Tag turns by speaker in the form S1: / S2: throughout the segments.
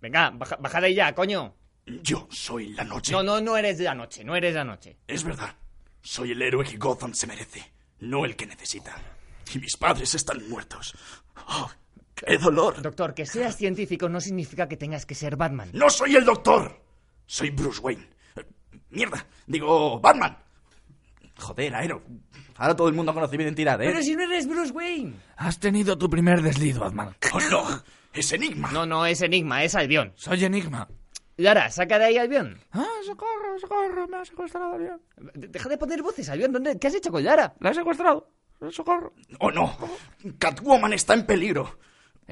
S1: Venga, baja, bajad ahí ya, coño.
S2: Yo soy la noche.
S1: No, no, no eres de la noche, no eres de la noche.
S2: Es verdad. Soy el héroe que Gotham se merece, no el que necesita. Y mis padres están muertos. ¡Oh, ¡Qué dolor!
S1: Doctor, que seas científico no significa que tengas que ser Batman.
S2: ¡No soy el doctor! Soy Bruce Wayne. Eh, Mierda, digo Batman. Joder, Aero. Ahora todo el mundo conoce mi identidad, ¿eh?
S1: Pero si no eres Bruce Wayne.
S3: Has tenido tu primer desliz, Batman.
S2: ¡Oh, no! ¡Es Enigma!
S1: No, no, es Enigma, es Albion.
S3: Soy Enigma.
S1: Lara, saca de ahí Albion.
S3: ¡Ah, socorro, socorro! Me ha secuestrado bien.
S1: De- Deja de poner voces, Albion. ¿Dónde? ¿Qué has hecho con Lara?
S3: La he secuestrado. ¡Socorro!
S2: ¡Oh, no! Catwoman está en peligro.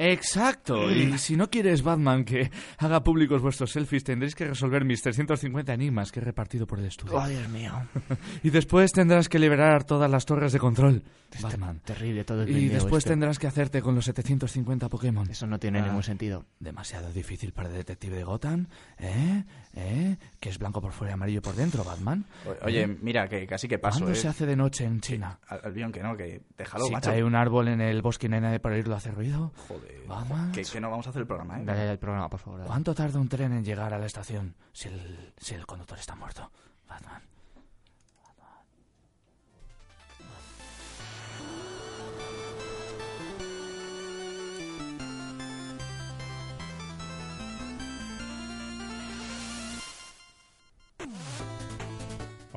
S3: Exacto. Y si no quieres, Batman, que haga públicos vuestros selfies, tendréis que resolver mis 350 enigmas que he repartido por el estudio.
S1: Dios mío.
S3: Y después tendrás que liberar todas las torres de control,
S1: Este
S3: Batman.
S1: Terrible todo el
S3: Y
S1: meneo
S3: después
S1: este.
S3: tendrás que hacerte con los 750 Pokémon.
S1: Eso no tiene
S3: Ah.
S1: ningún sentido.
S3: Demasiado difícil para el detective de Gotham, ¿eh? ¿Eh? Que es blanco por fuera y amarillo por dentro, Batman.
S4: O- Oye, mira, que casi que paso,
S3: ¿Cuándo
S4: ¿eh?
S3: se hace de noche en China?
S4: Al- Albión, que no, que déjalo,
S3: si
S4: macho.
S3: cae un árbol en el bosque y no hay nadie para oírlo hacer ruido.
S4: Joder,
S3: Batman.
S4: que, que no vamos a hacer el programa, ¿eh?
S1: Dale el programa, por favor. dale.
S3: ¿Cuánto tarda un tren en llegar a la estación si el, si el conductor está muerto? Batman.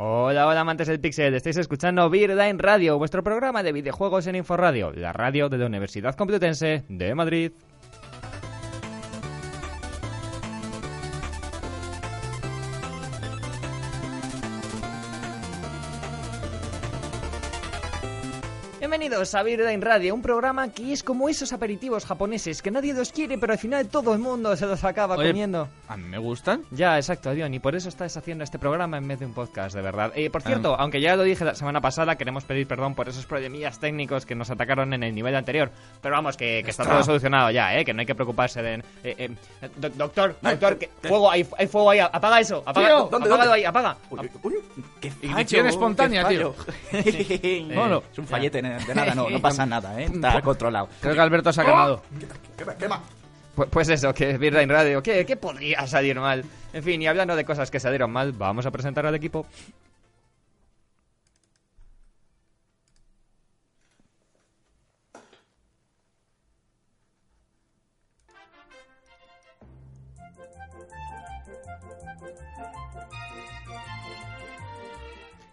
S1: Hola, hola amantes del Pixel, estáis escuchando Virda en Radio, vuestro programa de videojuegos en Inforadio, la radio de la Universidad Complutense de Madrid. Bienvenidos a Virda en Radio, un programa que es como esos aperitivos japoneses que nadie los quiere, pero al final todo el mundo se los acaba
S3: Oye,
S1: comiendo.
S3: A mí me gustan.
S1: Ya, exacto, Adión. Y por eso estás haciendo este programa en vez de un podcast, de verdad. Eh,
S4: Ah.
S1: por cierto, aunque ya lo dije la semana pasada, queremos pedir perdón por esos problemillas técnicos que nos atacaron en el nivel anterior. Pero vamos, que, que está todo solucionado ya, ¿eh? Que no hay que preocuparse de... eh, eh, do- doctor, doctor, que fuego, hay, hay fuego ahí. Apaga eso, apaga.
S4: Tío, ¿dónde,
S1: apágalo
S4: dónde?
S1: ahí, apaga.
S4: Uy, uy, uy, qué fallo,
S3: Ignición espontánea,
S4: qué fallo. Eh,
S3: Bueno,
S4: es un fallete ne- de nada, no, no pasa nada, ¿eh? Está controlado.
S3: Creo que Alberto se ha quemado.
S2: Oh, Quema, quema.
S1: Pues, pues eso, que Birrain Radio, ¿qué, ¿qué podría salir mal? En fin, y hablando de cosas que salieron mal, vamos a presentar al equipo.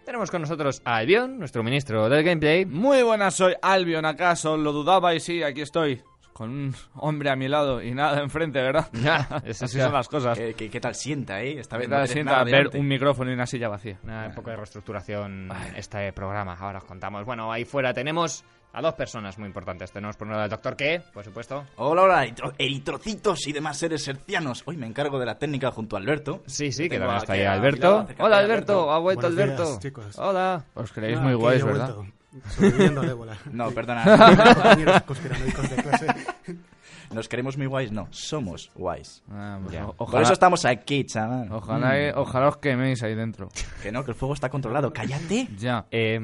S1: Tenemos con nosotros a Albion, nuestro ministro del gameplay.
S3: Muy buenas, soy Albion, ¿acaso? Lo dudaba y sí, aquí estoy. Con un hombre a mi lado y nada enfrente, ¿verdad?
S1: Ya, eso
S3: Así
S1: ya.
S3: son las cosas.
S4: ¿Qué, qué, qué tal sienta, eh? Esta vez
S3: ¿Qué
S4: no
S3: tal
S4: tienes
S3: sienta
S4: nada
S3: ver
S4: delante.
S3: un micrófono y una silla vacía?
S1: Una poco de reestructuración este programa, ahora os contamos. Bueno, ahí fuera tenemos a dos personas muy importantes. Tenemos por un lado al doctor que, por supuesto.
S4: Hola, hola, eritro- eritrocitos y demás seres hercianos. Hoy me encargo de la técnica junto a Alberto.
S1: Sí, sí, que
S4: Yo tengo
S1: también está ahí
S4: aquí a-
S1: Alberto.
S4: aquí a-
S1: Hola
S4: aquí a
S1: Alberto, ha vuelto
S5: Buenos días,
S1: Alberto.
S5: chicos.
S1: Hola.
S3: Os creéis
S5: Ah,
S3: muy
S5: aquí
S3: guays,
S5: yo he
S3: ¿verdad?
S5: vuelto, Sobreviviendo a Débora.
S4: No,
S5: Sí.
S4: perdona.
S5: Mis compañeros pues, conspiranoicos de clase.
S4: Nos queremos muy guays, no. Somos guays.
S3: Ah, pues
S1: Ya.
S3: o-
S4: Por
S3: ojalá,
S4: eso estamos aquí, chaval.
S1: Mm.
S3: ojalá, que- ojalá os queméis ahí dentro.
S4: Que no, que el fuego está controlado. ¡Cállate!
S3: Ya.
S1: Eh,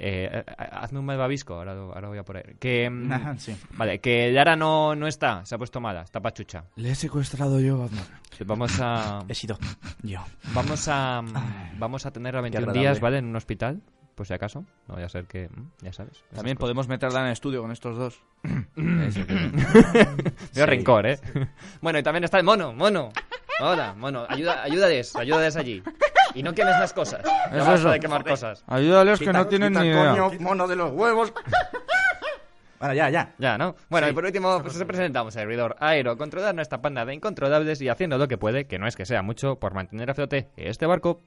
S1: eh, hazme un malvavisco, ahora, lo- ahora voy a por ahí. Que, mm,
S4: Ajá, sí.
S1: vale, que Lara no, no está, se ha puesto mala, está pachucha.
S3: Le he secuestrado yo, Batman.
S1: Vamos a,
S4: He sido yo.
S1: vamos a, mm, vamos a tenerla 21
S4: agradable.
S1: días, ¿vale? En un hospital, por si acaso. No vaya a ser que, mm, ya sabes. esas
S3: También
S1: cosas.
S3: podemos meterla en el estudio con estos dos.
S1: Veo
S4: Sí.
S1: rencor, ¿eh? Bueno, y también está el mono, mono. Hola, mono, ayuda, ayúdales, ayúdales allí. Y no quemes las cosas. No
S3: Eso,
S1: basta
S3: eso.
S1: de quemar cosas.
S3: Ayúdales que
S4: Quita-
S3: no tienen
S4: quita,
S3: ni idea.
S4: coño, mono de los huevos. Bueno, ya, ya.
S1: Ya, ¿no? Bueno, y por último, pues se presenta un servidor aero, controlando esta panda de incontrolables y haciendo lo que puede, que no es que sea mucho, por mantener a flote este barco.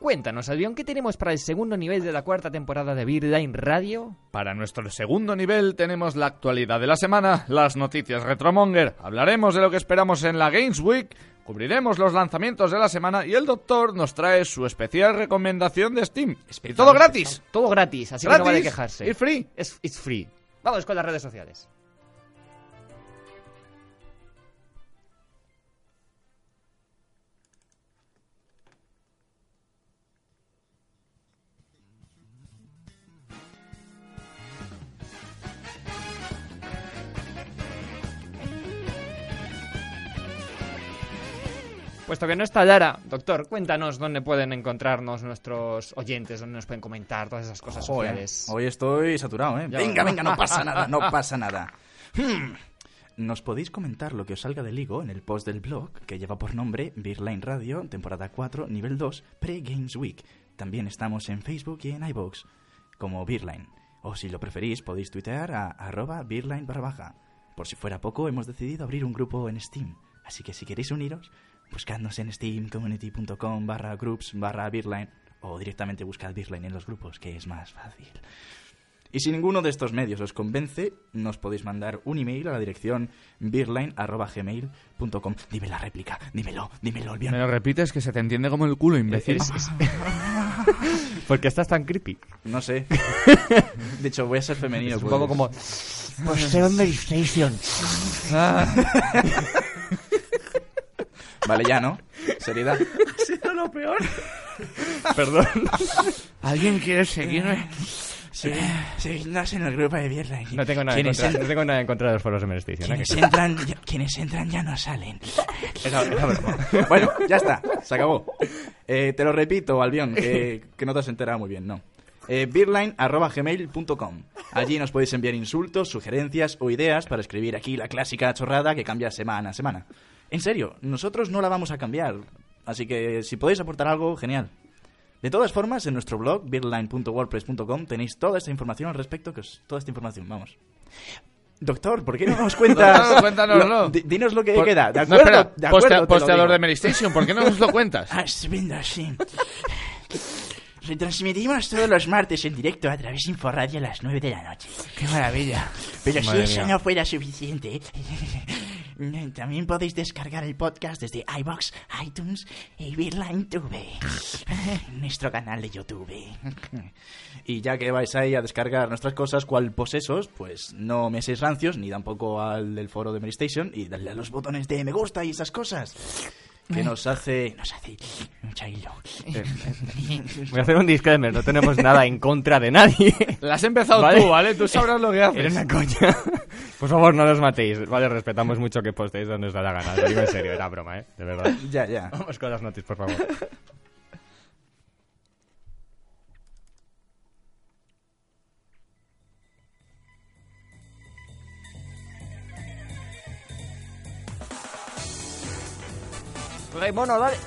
S1: Cuéntanos, Albion, ¿qué tenemos para el segundo nivel de la cuarta temporada de Beerline Radio?
S3: Para nuestro segundo nivel tenemos la actualidad de la semana, las noticias Retromonger, hablaremos de lo que esperamos en la Games Week, cubriremos los lanzamientos de la semana y el doctor nos trae su especial recomendación de Steam. Y todo gratis.
S1: Todo gratis, así que no vale
S3: Gratis,
S1: quejarse.
S3: y free.
S1: Es it's free. Vamos con las redes sociales. Puesto que no está Lara, doctor, cuéntanos dónde pueden encontrarnos nuestros oyentes, dónde nos pueden comentar todas esas cosas
S4: Joder,
S1: sociales.
S4: hoy estoy saturado, ¿eh?
S1: Ya.
S4: venga, venga, no pasa nada, no pasa nada. Hmm. Nos podéis comentar lo que os salga del higo en el post del blog que lleva por nombre Beerline Radio, temporada 4, nivel 2, Pre-Games Week. También estamos en Facebook y en iVoox como Beerline. O si lo preferís, podéis tuitear a arroba Beerline barra baja. Por si fuera poco, hemos decidido abrir un grupo en Steam. Así que si queréis uniros, buscadnos en steamcommunity.com barra groups barra Beerline o directamente buscad Beerline en los grupos, que es más fácil. Y si ninguno de estos medios os convence, nos podéis mandar un email a la dirección beerline.gmail.com. Dime la réplica, dímelo, dímelo, Albion.
S3: Me lo repites que se te entiende como el culo, imbécil.
S1: Porque estás tan creepy.
S4: No sé. De hecho, voy a ser femenino.
S1: Es un
S4: pues.
S1: poco como. pues,
S3: Ah.
S4: Vale, ya, ¿no? Seriedad.
S3: Perdón. ¿Alguien quiere seguirme?
S4: Sí, seguidnos en el grupo de Beerline.
S1: No tengo nada en
S4: Quienes,
S1: contra, no tengo nada en contra de los foros de ¿eh? Meresticio.
S4: quienes entran, ya, quienes entran ya no salen. bueno, ya está, se acabó. Eh, te lo repito, Albión, que, que no te has enterado muy bien, no. Eh, beerline.gmail.com Allí nos podéis enviar insultos, sugerencias o ideas para escribir aquí la clásica chorrada que cambia semana a semana. En serio, nosotros no la vamos a cambiar, así que si podéis aportar algo, genial. De todas formas, en nuestro blog, beerline.wordpress.com, tenéis toda esta información al respecto, que es toda esta información, vamos. Doctor, ¿por qué no nos cuentas?
S3: Doctor, cuéntanoslo.
S4: Lo- di- dinos lo que
S3: Por-
S4: queda, de
S3: Pues, No,
S4: acuerdo,
S3: espera,
S4: de acuerdo,
S3: postea-
S4: te lo
S3: posteador
S4: digo.
S3: de Meristation, ¿por qué no nos lo cuentas?
S4: Ah, estupendo, sí. Retransmitimos todos los martes en directo a través de Inforradio a las 9 de la noche. ¡Qué maravilla! Pero
S3: Madre
S4: si eso
S3: mía.
S4: no fuera suficiente, ¿eh? también podéis descargar el podcast desde iBox, iTunes y Beerline TV. Nuestro canal de YouTube. Y ya que vais ahí a descargar nuestras cosas, cual posesos, pues no me seáis rancios, ni tampoco al del foro de Meristation, y dadle a los botones de me gusta y esas cosas. Que nos hace. Eh, Nos hace. Mucha hilo.
S1: Voy a hacer un disclaimer, no tenemos nada en contra de nadie.
S3: La has empezado
S1: Vale.
S3: tú, ¿vale? Tú sabrás lo que
S1: Era
S3: haces.
S1: una coña. Por favor, no los matéis. Vale, respetamos mucho que posteéis donde os da la gana. Lo digo en serio, era broma, ¿eh? De verdad.
S4: Ya, ya.
S1: Vamos con las noticias, por favor. Pues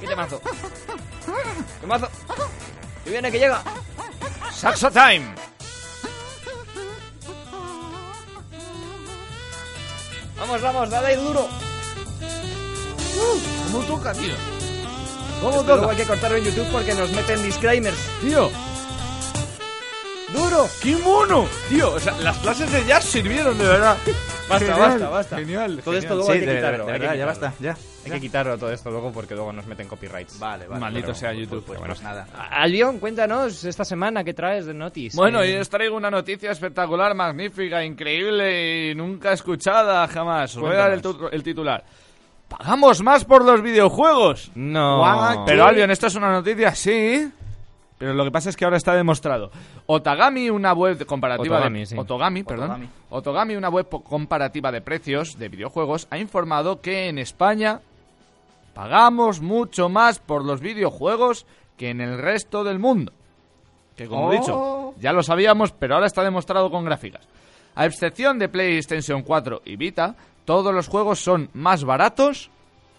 S1: ¡Qué temazo! ¡Temazo! ¡Que viene, que llega!
S3: Saxo Time.
S1: ¡Vamos, vamos! ¡Dale ahí duro!
S3: Uh, ¿Cómo toca, tío?
S1: ¿Cómo
S3: toca?
S1: Hay que cortarlo en YouTube porque nos meten disclaimers.
S3: Tío,
S1: ¡Duro!
S3: qué mono. Tío, o sea, las clases de jazz sirvieron de verdad.
S1: Basta,
S3: Genial,
S1: basta, basta.
S3: Genial.
S1: Todo esto
S3: genial.
S1: luego hay que quitarlo. hay que
S4: ya
S1: quitarlo.
S4: basta, ya.
S1: Hay que quitarlo todo esto luego porque luego nos meten copyrights.
S4: Vale, vale.
S3: Maldito
S4: pero-
S3: sea YouTube.
S4: Pues, pues nada.
S1: Albion, cuéntanos esta semana qué traes de Notice.
S3: Bueno,
S1: Eh,
S3: y os traigo una noticia espectacular, magnífica, increíble y nunca escuchada jamás. Os voy a dar el, tu- el titular. Pagamos más por los videojuegos.
S1: No.
S3: Guau, Pero Albion, esto es una noticia, sí. Pero lo que pasa es que ahora está demostrado. Otagami, una web comparativa
S1: Otogami,
S3: de
S1: sí.
S3: Otogami, perdón.
S4: Otogami.
S3: Otogami. una web po- comparativa de precios de videojuegos, ha informado que en España pagamos mucho más por los videojuegos que en el resto del mundo. Que como he dicho, ya lo sabíamos, pero ahora está demostrado con gráficas. A excepción de PlayStation 4 y Vita, todos los juegos son más baratos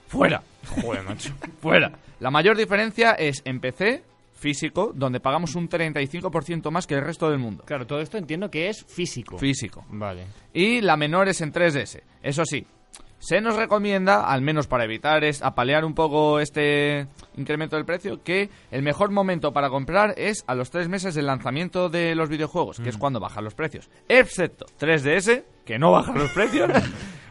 S3: Fuera. Joder, macho. Fuera. La mayor diferencia es en PC físico, donde pagamos un 35% más que el resto del mundo.
S1: Claro, todo esto entiendo que es físico.
S3: Físico.
S1: Vale.
S3: Y la menor es en 3DS. Eso sí, se nos recomienda, al menos para evitar es apalear un poco este incremento del precio, que el mejor momento para comprar es a los 3 meses del lanzamiento de los videojuegos,
S1: Mm.
S3: que es cuando bajan los precios. Excepto 3DS, que no bajan los precios.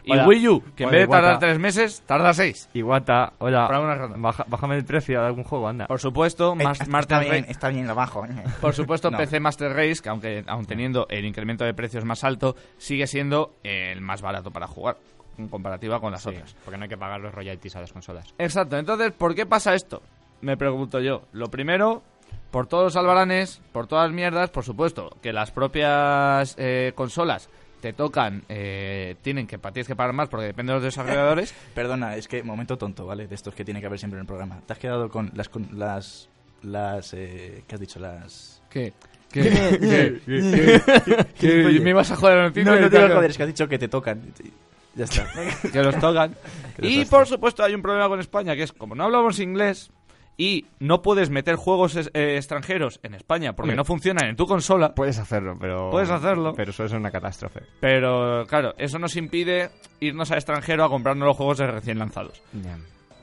S3: Y
S1: Hola.
S3: Wii U, que en
S1: Hola, Ah.
S3: vez de tardar
S1: guapa.
S3: 3 meses, tarda 6.
S1: Iguata, hola.
S3: Para una ronda.
S1: baja- bájame el precio de algún juego, anda.
S3: Por supuesto, más,
S4: Eh,
S3: Master
S4: está, bien,
S3: Race-
S4: está bien, lo bajo.
S3: Por supuesto,
S4: No.
S3: PC Master Race, que aunque aun teniendo el incremento de precios más alto, sigue siendo el más barato para jugar en comparativa con las
S1: Sí,
S3: otras.
S1: porque no hay que pagar los royalties a las consolas.
S3: Exacto, entonces, ¿por qué pasa esto? Me pregunto yo. Lo primero, por todos los albaranes, por todas las mierdas, por supuesto, que las propias eh, consolas te tocan, eh, tienen que, pa- tienes que pagar más porque depende de los desarrolladores.
S4: Perdona, es que momento tonto, ¿vale? De estos que tiene que haber siempre en el programa. Te has quedado con las... Con las, las eh, ¿Qué has dicho? Las...
S3: ¿Qué? ¿Qué? ¿Qué? ¿Qué? ¿Qué? ¿Me ibas a joder la noticia?
S4: No, no te
S3: Tal-
S4: digo joder, es que has dicho que te tocan. Ya está.
S3: que los tocan.
S4: Qué
S3: y
S4: desastre.
S3: por supuesto hay un problema con España, que es como no hablamos inglés y no puedes meter juegos es- eh, extranjeros en España porque
S1: Sí.
S3: no funcionan en tu consola,
S1: Puedes hacerlo, pero.
S3: Puedes hacerlo.
S1: Pero suele ser una catástrofe.
S3: pero claro, eso nos impide irnos al extranjero a comprarnos los juegos de recién lanzados.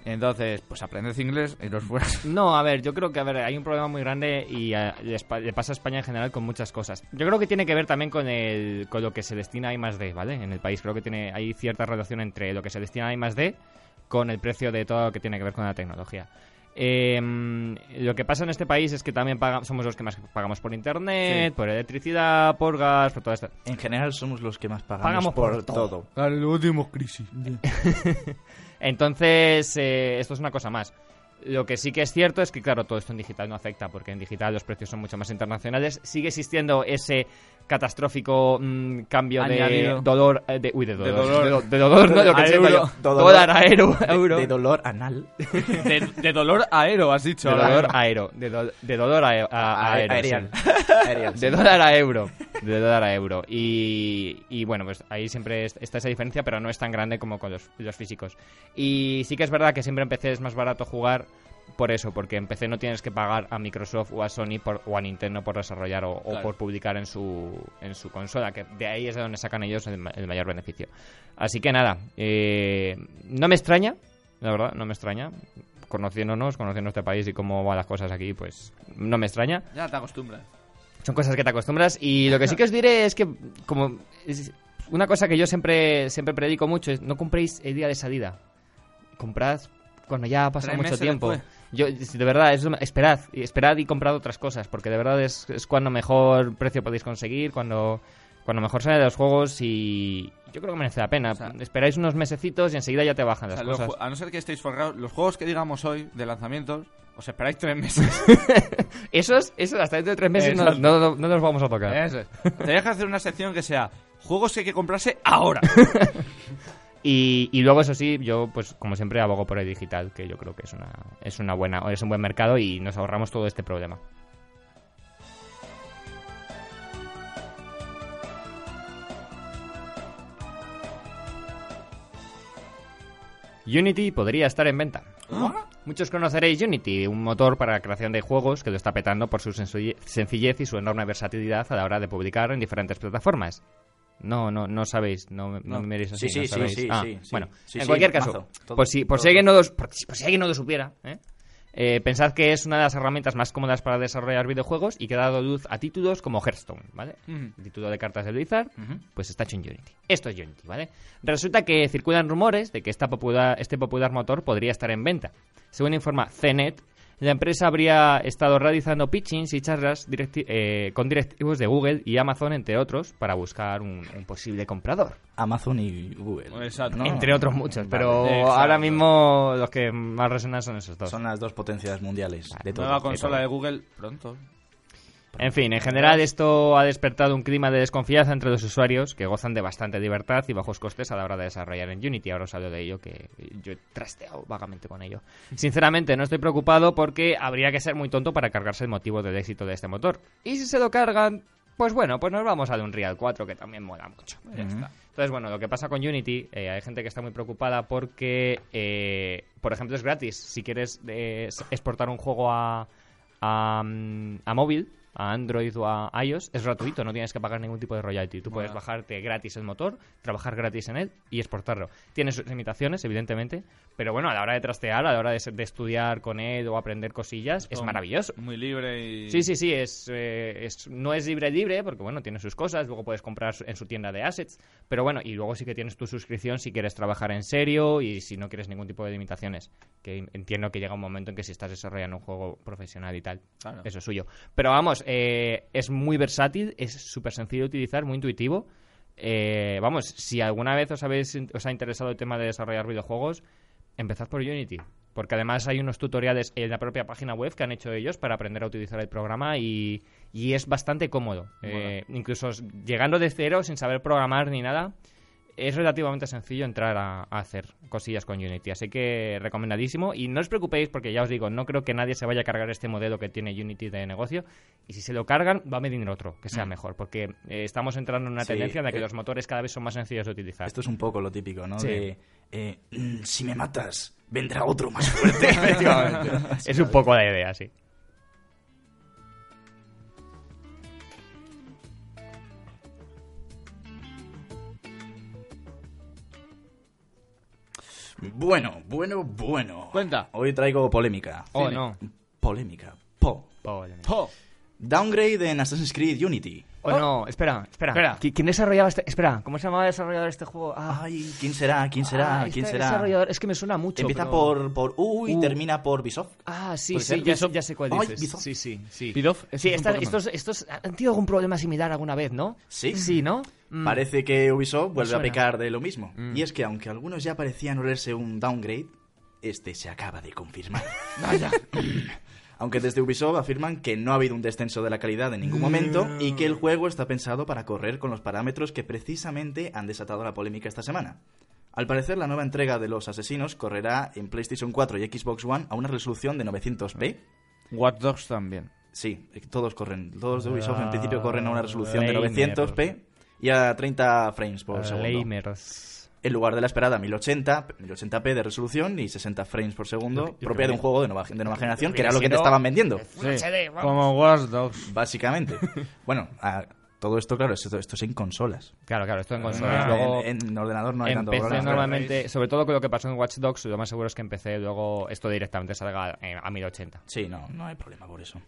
S3: Entonces, pues aprended inglés y los fueras.
S1: No, a ver, yo creo que a ver, hay un problema muy grande y eh, le, espa- le pasa a España en general con muchas cosas. Yo creo que tiene que ver también con, el, con lo que se destina a I más D, ¿vale? En el país creo que tiene hay cierta relación entre lo que se destina a I más D con el precio de todo lo que tiene que ver con la tecnología. Eh, lo que pasa en este país es que también paga- somos los que más pagamos por internet, por electricidad, por gas, por todo esto.
S4: En general somos los que más pagamos,
S1: Pagamos por
S4: por,
S1: todo.
S4: todo.
S3: Claro, luego tenemos crisis.
S1: Entonces, eh, esto es una cosa más. Lo que sí que es cierto es que, claro, todo esto en digital no afecta, porque en digital los precios son mucho más internacionales. Sigue existiendo ese catastrófico mm, cambio
S3: Añadido.
S1: de dolor, eh, de, uy, de dolor,
S3: dolor.
S1: de do- de dolor, no, lo que
S3: A
S1: sepa
S3: euro.
S1: yo. dólar a euro,
S4: De-
S1: euro.
S4: De, dolor anal.
S3: De, de dolor aero, has dicho.
S1: De
S3: ahora
S1: dolor
S3: mismo.
S1: a euro, de, do- de dólar a, e- a- a euro,
S4: Aerial.
S1: sí.
S4: Aerial, sí.
S1: De dólar a euro. De dólar a euro. Y, y bueno, pues ahí siempre es- está esa diferencia, pero no es tan grande como con los, los físicos. Y sí que es verdad que siempre en PC es más barato jugar por eso, porque en PC no tienes que pagar a Microsoft o a Sony por- o a Nintendo por desarrollar o, o
S3: Claro.
S1: por publicar en su, en su consola, que de ahí es de donde sacan ellos el, ma- el mayor beneficio. Así que nada, eh, no me extraña, la verdad, no me extraña. Conociéndonos, conociendo este país y cómo van las cosas aquí, pues no me extraña.
S3: Ya te acostumbras.
S1: Son cosas que te acostumbras y lo que sí que os diré es que como es una cosa que yo siempre siempre predico mucho es no compréis el día de salida. Comprad cuando ya ha pasado
S3: Tres
S1: mucho
S3: meses
S1: tiempo.
S3: después.
S1: Yo de verdad es- esperad, y esperad y comprad otras cosas porque de verdad es, es cuando mejor precio podéis conseguir, cuando cuando mejor salen los juegos y yo creo que merece la pena.
S3: O sea-
S1: Esperáis unos mesecitos y enseguida ya te bajan
S3: O
S1: las
S3: sea, los
S1: cosas.
S3: ju- a no ser que estéis forrados, los juegos que digamos hoy de lanzamientos, os esperáis tres meses.
S1: Esos, esos hasta dentro de tres meses no,
S3: Exacto.
S1: no, no- no los vamos a tocar.
S3: Eso es. Tenías que hacer una sección que sea juegos que hay que comprarse ahora.
S1: Y, y luego, eso sí, yo, pues como siempre, abogo por el digital, que yo creo que es una, es una buena, es un buen mercado y nos ahorramos todo este problema. Unity podría estar en venta. Muchos conoceréis Unity, un motor para la creación de juegos que lo está petando por su sensuye- sencillez y su enorme versatilidad a la hora de publicar en diferentes plataformas. No, no, no sabéis, no, me- no
S3: No.
S1: me miréis así.
S4: Sí, sí,
S1: no
S4: sí,
S1: sabéis.
S4: sí,
S1: Ah,
S4: sí, sí.
S1: Bueno,
S4: Sí,
S1: en
S4: sí,
S1: cualquier caso,
S4: mazo. Todo-
S1: por, si, por, si
S4: todo.
S1: alguien no lo, por, si- por si alguien no lo supiera, ¿eh? Eh, pensad que es una de las herramientas más cómodas para desarrollar videojuegos y que ha dado luz a títulos como Hearthstone, ¿vale?
S3: Ujú.
S1: El título de cartas de Blizzard, pues está hecho en Unity. Esto es Unity, ¿vale? Resulta que circulan rumores de que esta popular- este popular motor podría estar en venta. Según informa CNET, la empresa habría estado realizando pitchings y charlas directi- eh, con directivos de Google y Amazon, entre otros, para buscar un- un posible comprador.
S4: Amazon y Google.
S3: Exacto.
S4: ¿no?
S1: Entre otros muchos, pero
S3: Ah, Vale, exacto.
S1: ahora mismo los que más resonan son esos dos.
S4: Son las dos potencias mundiales de todo.
S3: Nueva
S4: De
S3: consola
S4: todo.
S3: de Google pronto.
S1: En fin, en general esto ha despertado un clima de desconfianza entre los usuarios que gozan de bastante libertad y bajos costes a la hora de desarrollar en Unity. Ahora os hablo de ello, que yo he trasteado vagamente con ello. Sinceramente, no estoy preocupado porque habría que ser muy tonto para cargarse el motivo del éxito de este motor. Y si se lo cargan, pues bueno, pues nos vamos a Unreal 4, que también mola mucho. Ya está. Entonces, bueno, lo que pasa con Unity, eh, hay gente que está muy preocupada porque, eh, por ejemplo, es gratis. Si quieres eh, s- exportar un juego a, a, mm, a móvil, a Android o a iOS, es gratuito, no tienes que pagar ningún tipo de royalty. Tú puedes bajarte gratis el motor, trabajar gratis en él y exportarlo. Tiene sus limitaciones, evidentemente, pero bueno, a la hora de trastear, a la hora de, se- de estudiar con él o aprender cosillas, es
S3: Como
S1: maravilloso.
S3: Muy libre y...
S1: Sí, sí, sí, es, eh, es- no es libre libre, porque bueno, tiene sus cosas, luego puedes comprar su- en su tienda de assets, pero bueno, y luego sí que tienes tu suscripción si quieres trabajar en serio y si no quieres ningún tipo de limitaciones, que entiendo que llega un momento en que si estás desarrollando un juego profesional y tal,
S3: Claro.
S1: eso es suyo. Pero vamos, eh, es muy versátil, es súper sencillo de utilizar, muy intuitivo. Eh, vamos, si alguna vez os, habéis, os ha interesado el tema de desarrollar videojuegos, empezad por Unity. Porque además hay unos tutoriales en la propia página web que han hecho ellos para aprender a utilizar el programa y, y es bastante cómodo. Eh, incluso s- llegando de cero, sin saber programar ni nada, es relativamente sencillo entrar a, a hacer cosillas con Unity. Así que recomendadísimo. Y no os preocupéis porque ya os digo, no creo que nadie se vaya a cargar este modelo que tiene Unity de negocio. Y si se lo cargan, va a venir otro, que sea mejor. Porque eh, estamos entrando en una
S4: Sí,
S1: tendencia en la que
S4: eh,
S1: los motores cada vez son más sencillos de utilizar.
S4: Esto es un poco lo típico, ¿no?
S1: Sí.
S4: De, eh, "Mm, si me matas, vendrá otro más fuerte.
S1: Efectivamente. es un poco la idea, sí.
S4: bueno, bueno, bueno.
S3: Cuenta.
S4: Hoy traigo polémica.
S1: Oh, no.
S4: Polémica. Po.
S3: ¡Jo!
S4: Downgrade en Assassin's Creed Unity.
S1: Oh, no, espera, espera.
S3: Espera.
S1: ¿Qui- ¿Quién desarrollaba este...? Espera, ¿cómo se llamaba el desarrollador de este juego? Ah,
S4: Ay, ¿quién será? ¿Quién será?
S1: ah,
S4: ¿Quién
S1: este
S4: será?
S1: desarrollador, es que me suena mucho,
S4: Empieza
S1: pero-
S4: por, por U y
S1: U.
S4: termina por Bisoft.
S1: Ah, sí,
S4: ¿Puede
S1: sí,
S4: ser?
S1: ya, sé- ya sé cuál
S4: Ay,
S1: dices.
S4: Bisoft.
S1: sí, sí, sí.
S3: Bidoff es
S1: Sí,
S3: un
S1: esta-
S3: Pokémon.
S1: estos, estos han tenido algún problema similar alguna vez, ¿no?
S4: Sí.
S1: Sí, ¿no? Mm.
S4: Parece que Ubisoft vuelve a
S1: suena.
S4: pecar de lo mismo. Y es que aunque algunos ya parecían olerse un downgrade, este se acaba de confirmar. aunque desde Ubisoft afirman que no ha habido un descenso de la calidad en ningún momento y que el juego está pensado para correr con los parámetros que precisamente han desatado la polémica esta semana. Al parecer, la nueva entrega de Los Asesinos correrá en PlayStation 4 y Xbox One a una resolución de 900p.
S3: Watch Dogs también.
S4: Sí, todos corren, todos de Ubisoft en principio corren a una resolución
S1: Lamers.
S4: de 900p y a 30 frames por segundo.
S1: Lamers.
S4: En lugar de la esperada 1080, 1080p de resolución y 60 frames por segundo, propia de un juego de nueva, de nueva generación, que era lo que te estaban vendiendo,
S3: Como Watch Dogs.
S4: básicamente. bueno, a- todo esto, claro, esto, esto es en consolas.
S1: Claro, claro, esto en consolas.
S4: En-
S1: luego
S4: en, en ordenador no hay
S1: en
S4: tanto
S1: PC
S4: problema.
S1: normalmente, sobre todo con lo que pasó en Watch Dogs, lo más seguro es que en PC luego esto directamente salga eh, a 1080.
S4: Sí, no, no hay problema por eso.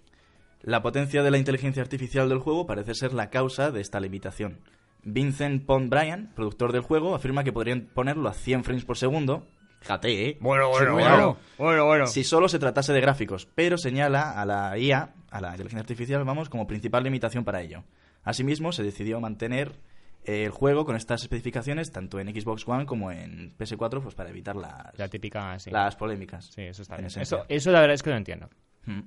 S4: La potencia de la inteligencia artificial del juego parece ser la causa de esta limitación. Vincent Pond Bryan, productor del juego, afirma que podrían ponerlo a 100 frames por segundo. Jate, ¿eh?
S1: Bueno, bueno,
S4: bueno.
S1: bueno, bueno.
S4: Si solo se tratase de gráficos, pero señala a la IA, a la inteligencia artificial, vamos, como principal limitación para ello. Asimismo, se decidió mantener eh, el juego con estas especificaciones tanto en Xbox One como en PS4, pues para evitar las,
S1: La típica, sí.
S4: las polémicas.
S1: Sí, eso está
S4: en
S1: bien.
S4: esencia.
S1: Eso, eso la verdad es que lo entiendo.
S4: Mm.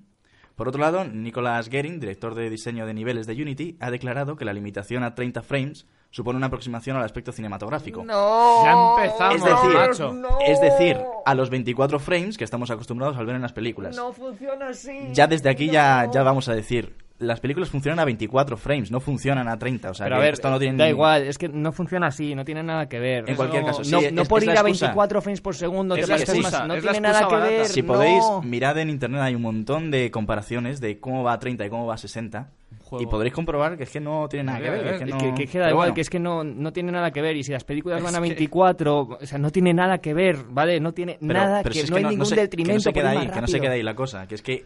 S4: Por otro lado, Nicolas Gering, director de diseño de niveles de Unity, ha declarado que la limitación a 30 frames supone una aproximación al aspecto cinematográfico.
S3: Ya empezamos,
S4: es, decir,
S3: macho.
S4: es decir, a los 24 frames que estamos acostumbrados al ver en las películas. No funciona así. Ya desde aquí ya, ya vamos a decir, las películas funcionan a 24 frames, no funcionan a 30. O sea,
S1: Pero a
S4: que
S1: ver, eh,
S4: esto no tiene
S1: da
S4: ni-
S1: igual, es que no funciona así, no tiene nada que ver.
S4: En cualquier caso, sí,
S1: no,
S4: es-
S1: no
S4: es-
S1: por
S4: es
S1: ir
S4: la
S1: a
S4: excusa.
S1: 24 frames por segundo,
S4: Es
S1: te
S4: la
S1: gastas más,
S3: excusa,
S1: no
S3: es la
S1: tiene nada
S3: excusa
S1: que
S3: barata.
S1: ver.
S4: Si
S1: no.
S4: podéis, mirad en internet, hay un montón de comparaciones de cómo va a 30 y cómo va a 60.
S3: Juego.
S4: Y podréis comprobar que es que no tiene nada que ver. Que,
S1: Es
S4: es no-
S1: que, que queda
S4: Pero
S1: igual,
S4: bueno.
S1: que es que no, no tiene nada que ver. Y si las películas van a 24, o sea, no tiene nada que ver, ¿vale? No tiene
S4: Pero-
S1: nada
S4: pero
S1: que,
S4: si es
S1: no hay ningún
S4: se-
S1: detrimento.
S4: Que no se
S1: por ir
S4: queda ahí,
S1: más
S4: que no se
S1: rápido.
S4: queda ahí la cosa, que es que,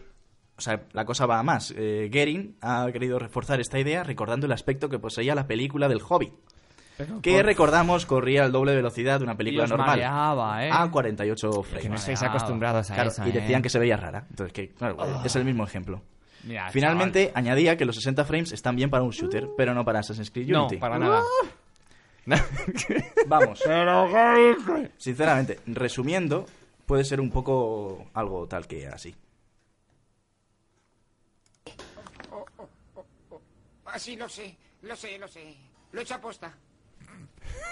S4: o sea, la cosa va a más. Eh, Gehring ha querido reforzar esta idea recordando el aspecto que poseía la película del Hobbit, que recordamos corría al doble velocidad de una película
S3: Y os
S4: normal,
S3: mareaba, ¿eh.
S4: a 48
S1: Que no
S4: frames.
S1: estáis acostumbrados a
S4: Claro,
S1: eso.
S4: y decían
S1: ¿eh?
S4: que se veía rara. Entonces, que, claro,
S1: Ah.
S4: es el mismo ejemplo.
S3: Mira,
S4: Finalmente, añadía que los 60 frames están bien para un shooter, pero no para Assassin's Creed
S1: No,
S4: Unity.
S1: para nada.
S4: Vamos. Sinceramente, resumiendo, puede ser un poco algo tal que así.
S6: Ah, sí, lo sé, lo sé, lo sé. Lo he hecho aposta.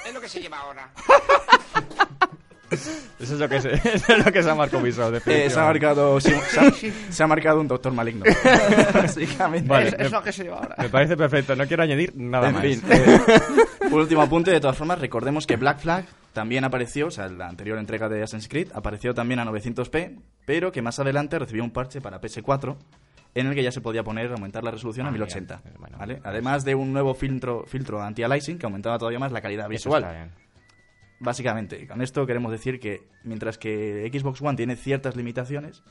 S6: Es lo que se lleva ahora.
S1: Eso es lo que se, eso es lo que se ha marcado Ubisoft,
S4: Eh, se ha
S1: definitivamente.
S4: marcado sí, se, ha, se ha marcado un doctor maligno. Básicamente.
S1: Vale,
S4: Es-
S1: me-
S4: es lo que se lleva ahora.
S1: Me parece perfecto, no quiero añadir nada
S4: En
S1: más.
S4: fin, eh, último apunte, de todas formas, recordemos que Black Flag también apareció, o sea, la anterior entrega de Assassin's Creed apareció también a 900p, pero que más adelante recibió un parche para PS4 en el que ya se podía poner, aumentar la resolución a
S1: Ah, mira.
S4: 1080,
S1: Bueno,
S4: ¿vale?
S1: pues-
S4: Además de un nuevo filtro, filtro anti-aliasing que aumentaba todavía más la calidad
S1: Eso
S4: visual.
S1: está bien.
S4: Básicamente, con esto queremos decir que mientras que Xbox One tiene ciertas limitaciones,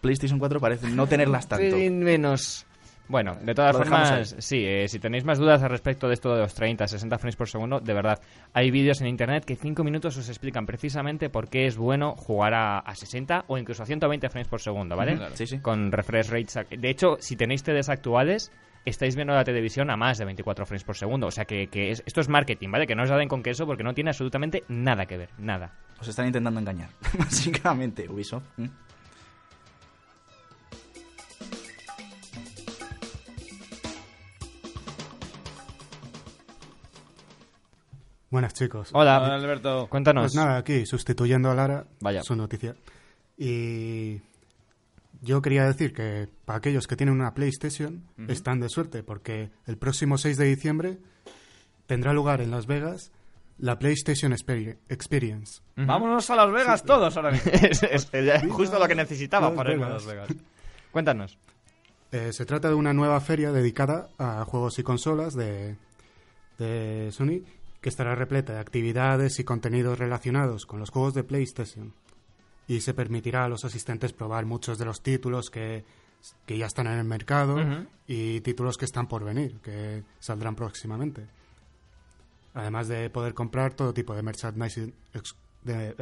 S4: PlayStation 4 parece no tenerlas tanto.
S1: Pelín menos. Bueno, de todas
S4: Lo dejamos
S1: formas, sí, eh, si tenéis más dudas al respecto de esto de los 30, 60 frames por segundo, de verdad, hay vídeos en internet que en 5 minutos os explican precisamente por qué es bueno jugar a, a 60 o incluso a 120 frames por segundo, ¿vale?
S4: Claro. Sí, sí.
S1: Con refresh rates. ac- De hecho, si tenéis TVs actuales, estáis viendo la televisión a más de 24 frames por segundo. O sea que, que es- esto es marketing, ¿vale? Que no os la den con queso porque no tiene absolutamente nada que ver, nada.
S4: Os están intentando engañar, básicamente, Ubisoft. ¿Mm?
S5: Buenas, chicos.
S3: Hola,
S1: Hola,
S3: Alberto.
S1: cuéntanos.
S5: Pues nada, aquí sustituyendo a Lara
S1: Vaya.
S5: su noticia. Y yo quería decir que para aquellos que tienen una PlayStation están de suerte porque el próximo 6 de diciembre tendrá lugar en Las Vegas la PlayStation Exper- Experience.
S3: Vámonos a Las Vegas todos ahora mismo.
S1: es, es- es justo lo que necesitaba
S5: Las
S1: para irme a
S5: Vegas.
S1: Las Vegas. Cuéntanos.
S5: Eh, se trata de una nueva feria dedicada a juegos y consolas de, de Sony que estará repleta de actividades y contenidos relacionados con los juegos de PlayStation y se permitirá a los asistentes probar muchos de los títulos que, que ya están en el mercado
S1: Ujú.
S5: y títulos que están por venir, que saldrán próximamente. Además de poder comprar todo tipo de merchandising... ex- de,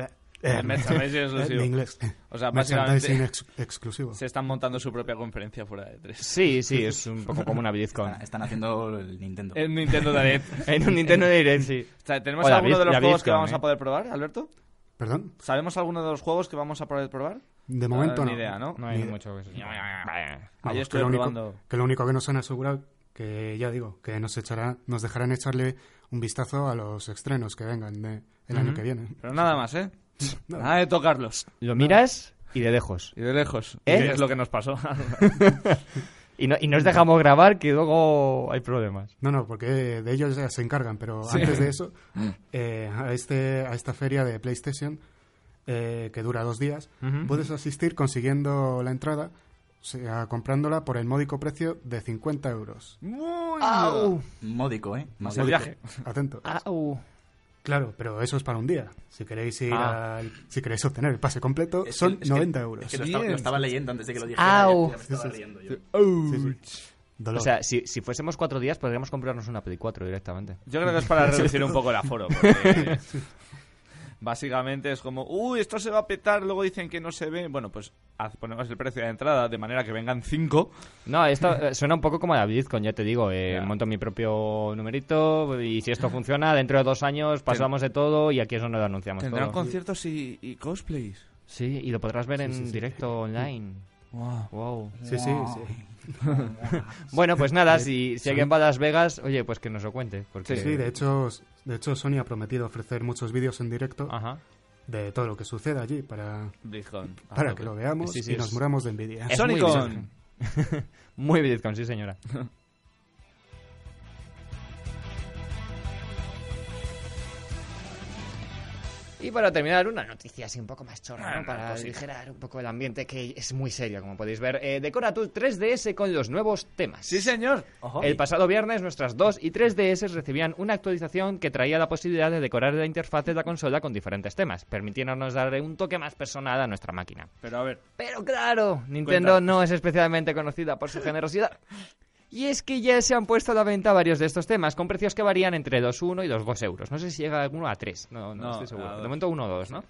S5: eh,
S3: Merchandising exclusivo.
S5: de inglés.
S3: O sea,
S5: Merchandising
S3: básicamente
S5: ex- exclusivo.
S3: se están montando su propia conferencia fuera de tres.
S1: Sí, sí, es un poco como una BlizzCon.
S4: Están, están haciendo el Nintendo.
S3: En Nintendo Direct.
S1: en un Nintendo Direct, sí.
S3: O sea, ¿Tenemos
S1: O la
S3: alguno
S1: Blizz-
S3: de los
S1: la
S3: juegos que
S1: BlizzCon,
S3: vamos
S1: ¿eh?
S3: a poder probar, Alberto?
S5: ¿Perdón?
S3: ¿Sabemos alguno de los juegos que vamos a poder probar?
S5: De momento
S3: Ah,
S5: no.
S3: Ni idea, ¿no?
S1: No hay
S5: Ni-
S1: mucho que se-
S5: Vamos,
S3: yo estoy
S5: que lo
S3: probando.
S5: Único, que lo único que nos han asegurado, que ya digo, que nos echará, nos dejarán echarle un vistazo a los estrenos que vengan de- el año que viene.
S3: Pero nada más, ¿eh? Nada de tocarlos.
S1: Lo miras y de lejos.
S3: Y de lejos.
S1: ¿Eh?
S3: Que Es lo que nos pasó.
S1: Y, no, y nos dejamos grabar que luego hay problemas.
S5: No, no, porque de ellos ya se encargan, pero antes de eso,
S4: Mm.
S5: eh, a, este, a esta feria de PlayStation, eh, que dura dos días, puedes asistir consiguiendo la entrada, o sea, comprándola por el módico precio de 50 euros.
S3: Muy
S1: ¡Au!
S4: Módico, ¿eh?
S3: Más el
S4: Módico.
S3: viaje.
S5: Atento.
S1: ¡Au!
S5: Claro, pero eso es para un día. Si queréis ir
S1: Ah.
S5: al- si queréis obtener el pase completo,
S4: Es que-
S5: son
S4: es que-
S5: 90 euros.
S4: Es que lo estaba, lo estaba leyendo antes de que lo dijera.
S1: Au.
S4: ya- ya me estaba riendo yo.
S5: Dolor.
S1: O sea, si, si fuésemos cuatro días, podríamos comprarnos una Play 4 directamente.
S3: Yo creo que es para reducir un poco el aforo. porque Básicamente es como, uy, esto se va a petar, luego dicen que no se ve. Bueno, pues haz- ponemos el precio de entrada de manera que vengan cinco.
S1: No, esto eh, suena un poco como la BlizzCon, ya te digo. eh,
S3: Ya.
S1: Monto mi propio numerito y si esto funciona, dentro de dos años pasamos de todo y aquí es donde lo anunciamos
S3: Tendrán
S1: todo.
S3: conciertos y, y cosplays.
S1: Sí, y lo podrás ver en
S5: sí, sí.
S1: directo online.
S3: Wow.
S1: Wow.
S5: Sí, sí, sí.
S1: Bueno, pues nada, si, si alguien va a Las Vegas, oye, pues que nos lo cuente. Porque...
S5: Sí, sí, de hecho, de hecho Sony ha prometido ofrecer muchos vídeos en directo
S1: Ajá.
S5: de todo lo que suceda allí para,
S3: BlizzCon. Ah,
S5: para
S3: ok.
S5: que lo veamos
S1: Sí, sí,
S5: y
S1: es-
S5: nos muramos de envidia.
S1: Es muy
S3: Sonicon.
S1: Muy BlizzCon, sí, señora. Y para terminar, una noticia así un poco más chorra, ¿no? Para aligerar un poco el ambiente, que es muy serio, como podéis ver. Eh, Decora tu 3DS con los nuevos temas.
S3: Sí, señor. Eh,
S1: El pasado viernes nuestras 2 y 3DS recibían una actualización que traía la posibilidad de decorar la interfaz de la consola con diferentes temas, permitiéndonos darle un toque más personal a nuestra máquina.
S3: Pero a ver,
S1: Pero claro, Nintendo
S3: Cuenta.
S1: no es especialmente conocida por su generosidad. Y es que ya se han puesto a la venta varios de estos temas, con precios que varían entre 2,1 y los 2 euros. No sé si llega alguno a 3, no, no,
S3: No,
S1: estoy seguro.
S3: a dos.
S1: De momento 1 o 2, ¿no?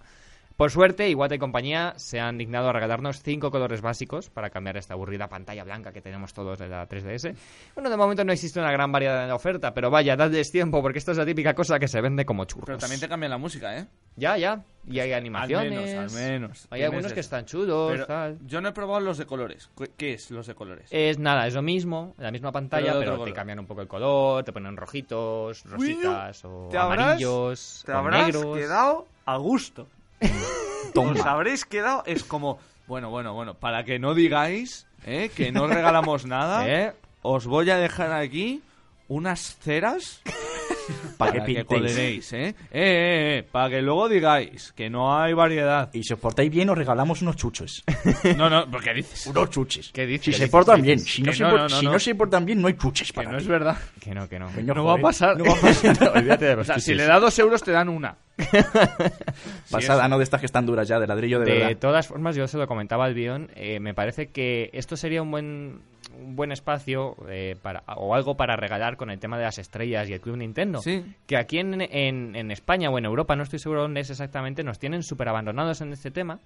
S1: Por suerte, Iwata y compañía se han dignado a regalarnos cinco colores básicos para cambiar esta aburrida pantalla blanca que tenemos todos de la 3DS. Bueno, de momento no existe una gran variedad en la oferta, pero vaya, dadles tiempo porque esta es la típica cosa que se vende como churros.
S3: Pero también te cambian la música, ¿eh?
S1: Ya, ya. Y hay animaciones.
S3: al menos.
S1: Hay
S3: Tienes
S1: algunos que
S3: eso.
S1: están chulos,
S3: Pero
S1: tal.
S3: yo no he probado los de colores. ¿Qué- ¿Qué es los de colores?
S1: Es nada, es lo mismo, la misma pantalla,
S3: Pero de
S1: pero,
S3: otro
S1: te
S3: color.
S1: cambian un poco el color, te ponen rojitos, rositas o
S7: Te habrás-
S1: amarillos,
S7: Te
S1: o
S7: habrás
S1: negros.
S7: quedado a gusto.
S4: Toma.
S7: Os habréis quedado. Es como.
S3: Bueno, bueno, bueno. Para que no digáis ¿eh? que no regalamos nada,
S1: ¿Eh?
S3: os voy a dejar aquí unas ceras
S4: Para
S3: para
S4: que
S3: que
S4: pintéis.
S3: coloréis, ¿eh? Eh, eh, eh, Para que luego digáis que no hay variedad.
S4: Y si os portáis bien, os regalamos unos chuches.
S3: No, no, porque dices.
S4: unos chuches.
S3: ¿Qué dices?
S4: Si
S3: ¿Qué
S4: se
S3: dices?
S4: portan
S3: ¿Qué
S4: bien.
S3: dices?
S4: Si no,
S3: Que
S4: se,
S3: no,
S4: por-
S3: no, no,
S4: si
S3: no.
S4: no se portan bien, no hay chuches
S3: Que
S4: para
S3: no
S4: ti.
S3: es verdad.
S1: Que no, que no.
S4: Coño,
S3: No va a
S4: joder.
S3: pasar.
S4: No va a pasar. Olvídate de
S3: O
S4: los
S3: sea, si
S4: chuches.
S3: le da dos euros te dan una.
S4: Pasada, no de estas que están duras ya, de ladrillo de,
S1: De
S4: verdad.
S1: todas formas, yo se lo comentaba al Bion, eh, me parece que esto sería un buen un buen espacio eh, para o algo para regalar con el tema de las estrellas y el Club Nintendo.
S3: Sí.
S1: Que aquí en, en- en España o en Europa, no estoy seguro dónde es exactamente, nos tienen súper abandonados en este tema.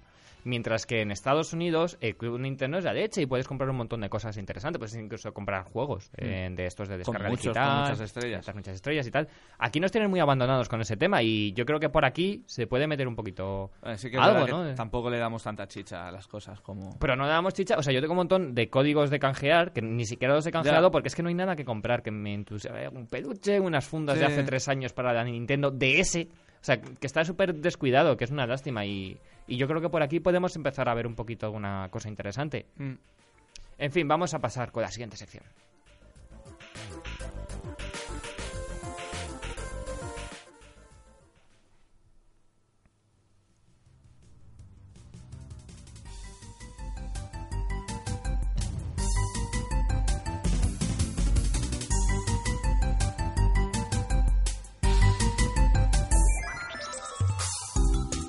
S1: Mientras que en Estados Unidos el Club Nintendo es la leche y puedes comprar un montón de cosas interesantes. Puedes incluso comprar juegos eh, de estos de
S3: Mm. Con
S1: descarga
S3: muchos,
S1: digital.
S3: con muchas estrellas.
S1: estas muchas estrellas y tal. Aquí nos tienen muy abandonados con ese tema y yo creo que por aquí se puede meter un poquito
S3: Así que, es
S1: algo,
S3: verdad que
S1: ¿no?
S3: Tampoco le damos tanta chicha a las cosas como.
S1: Pero no damos chicha. O sea, yo tengo un montón de códigos de canjear que ni siquiera los he canjeado
S3: Ya.
S1: porque es que no hay nada que comprar que me entusiasme. Un peluche, unas fundas de
S3: Sí.
S1: hace tres años para la Nintendo DS. O sea, que está súper descuidado, que es una lástima. Y, y yo creo que por aquí podemos empezar a ver un poquito alguna cosa interesante.
S3: Mm.
S1: En fin, vamos a pasar con la siguiente sección.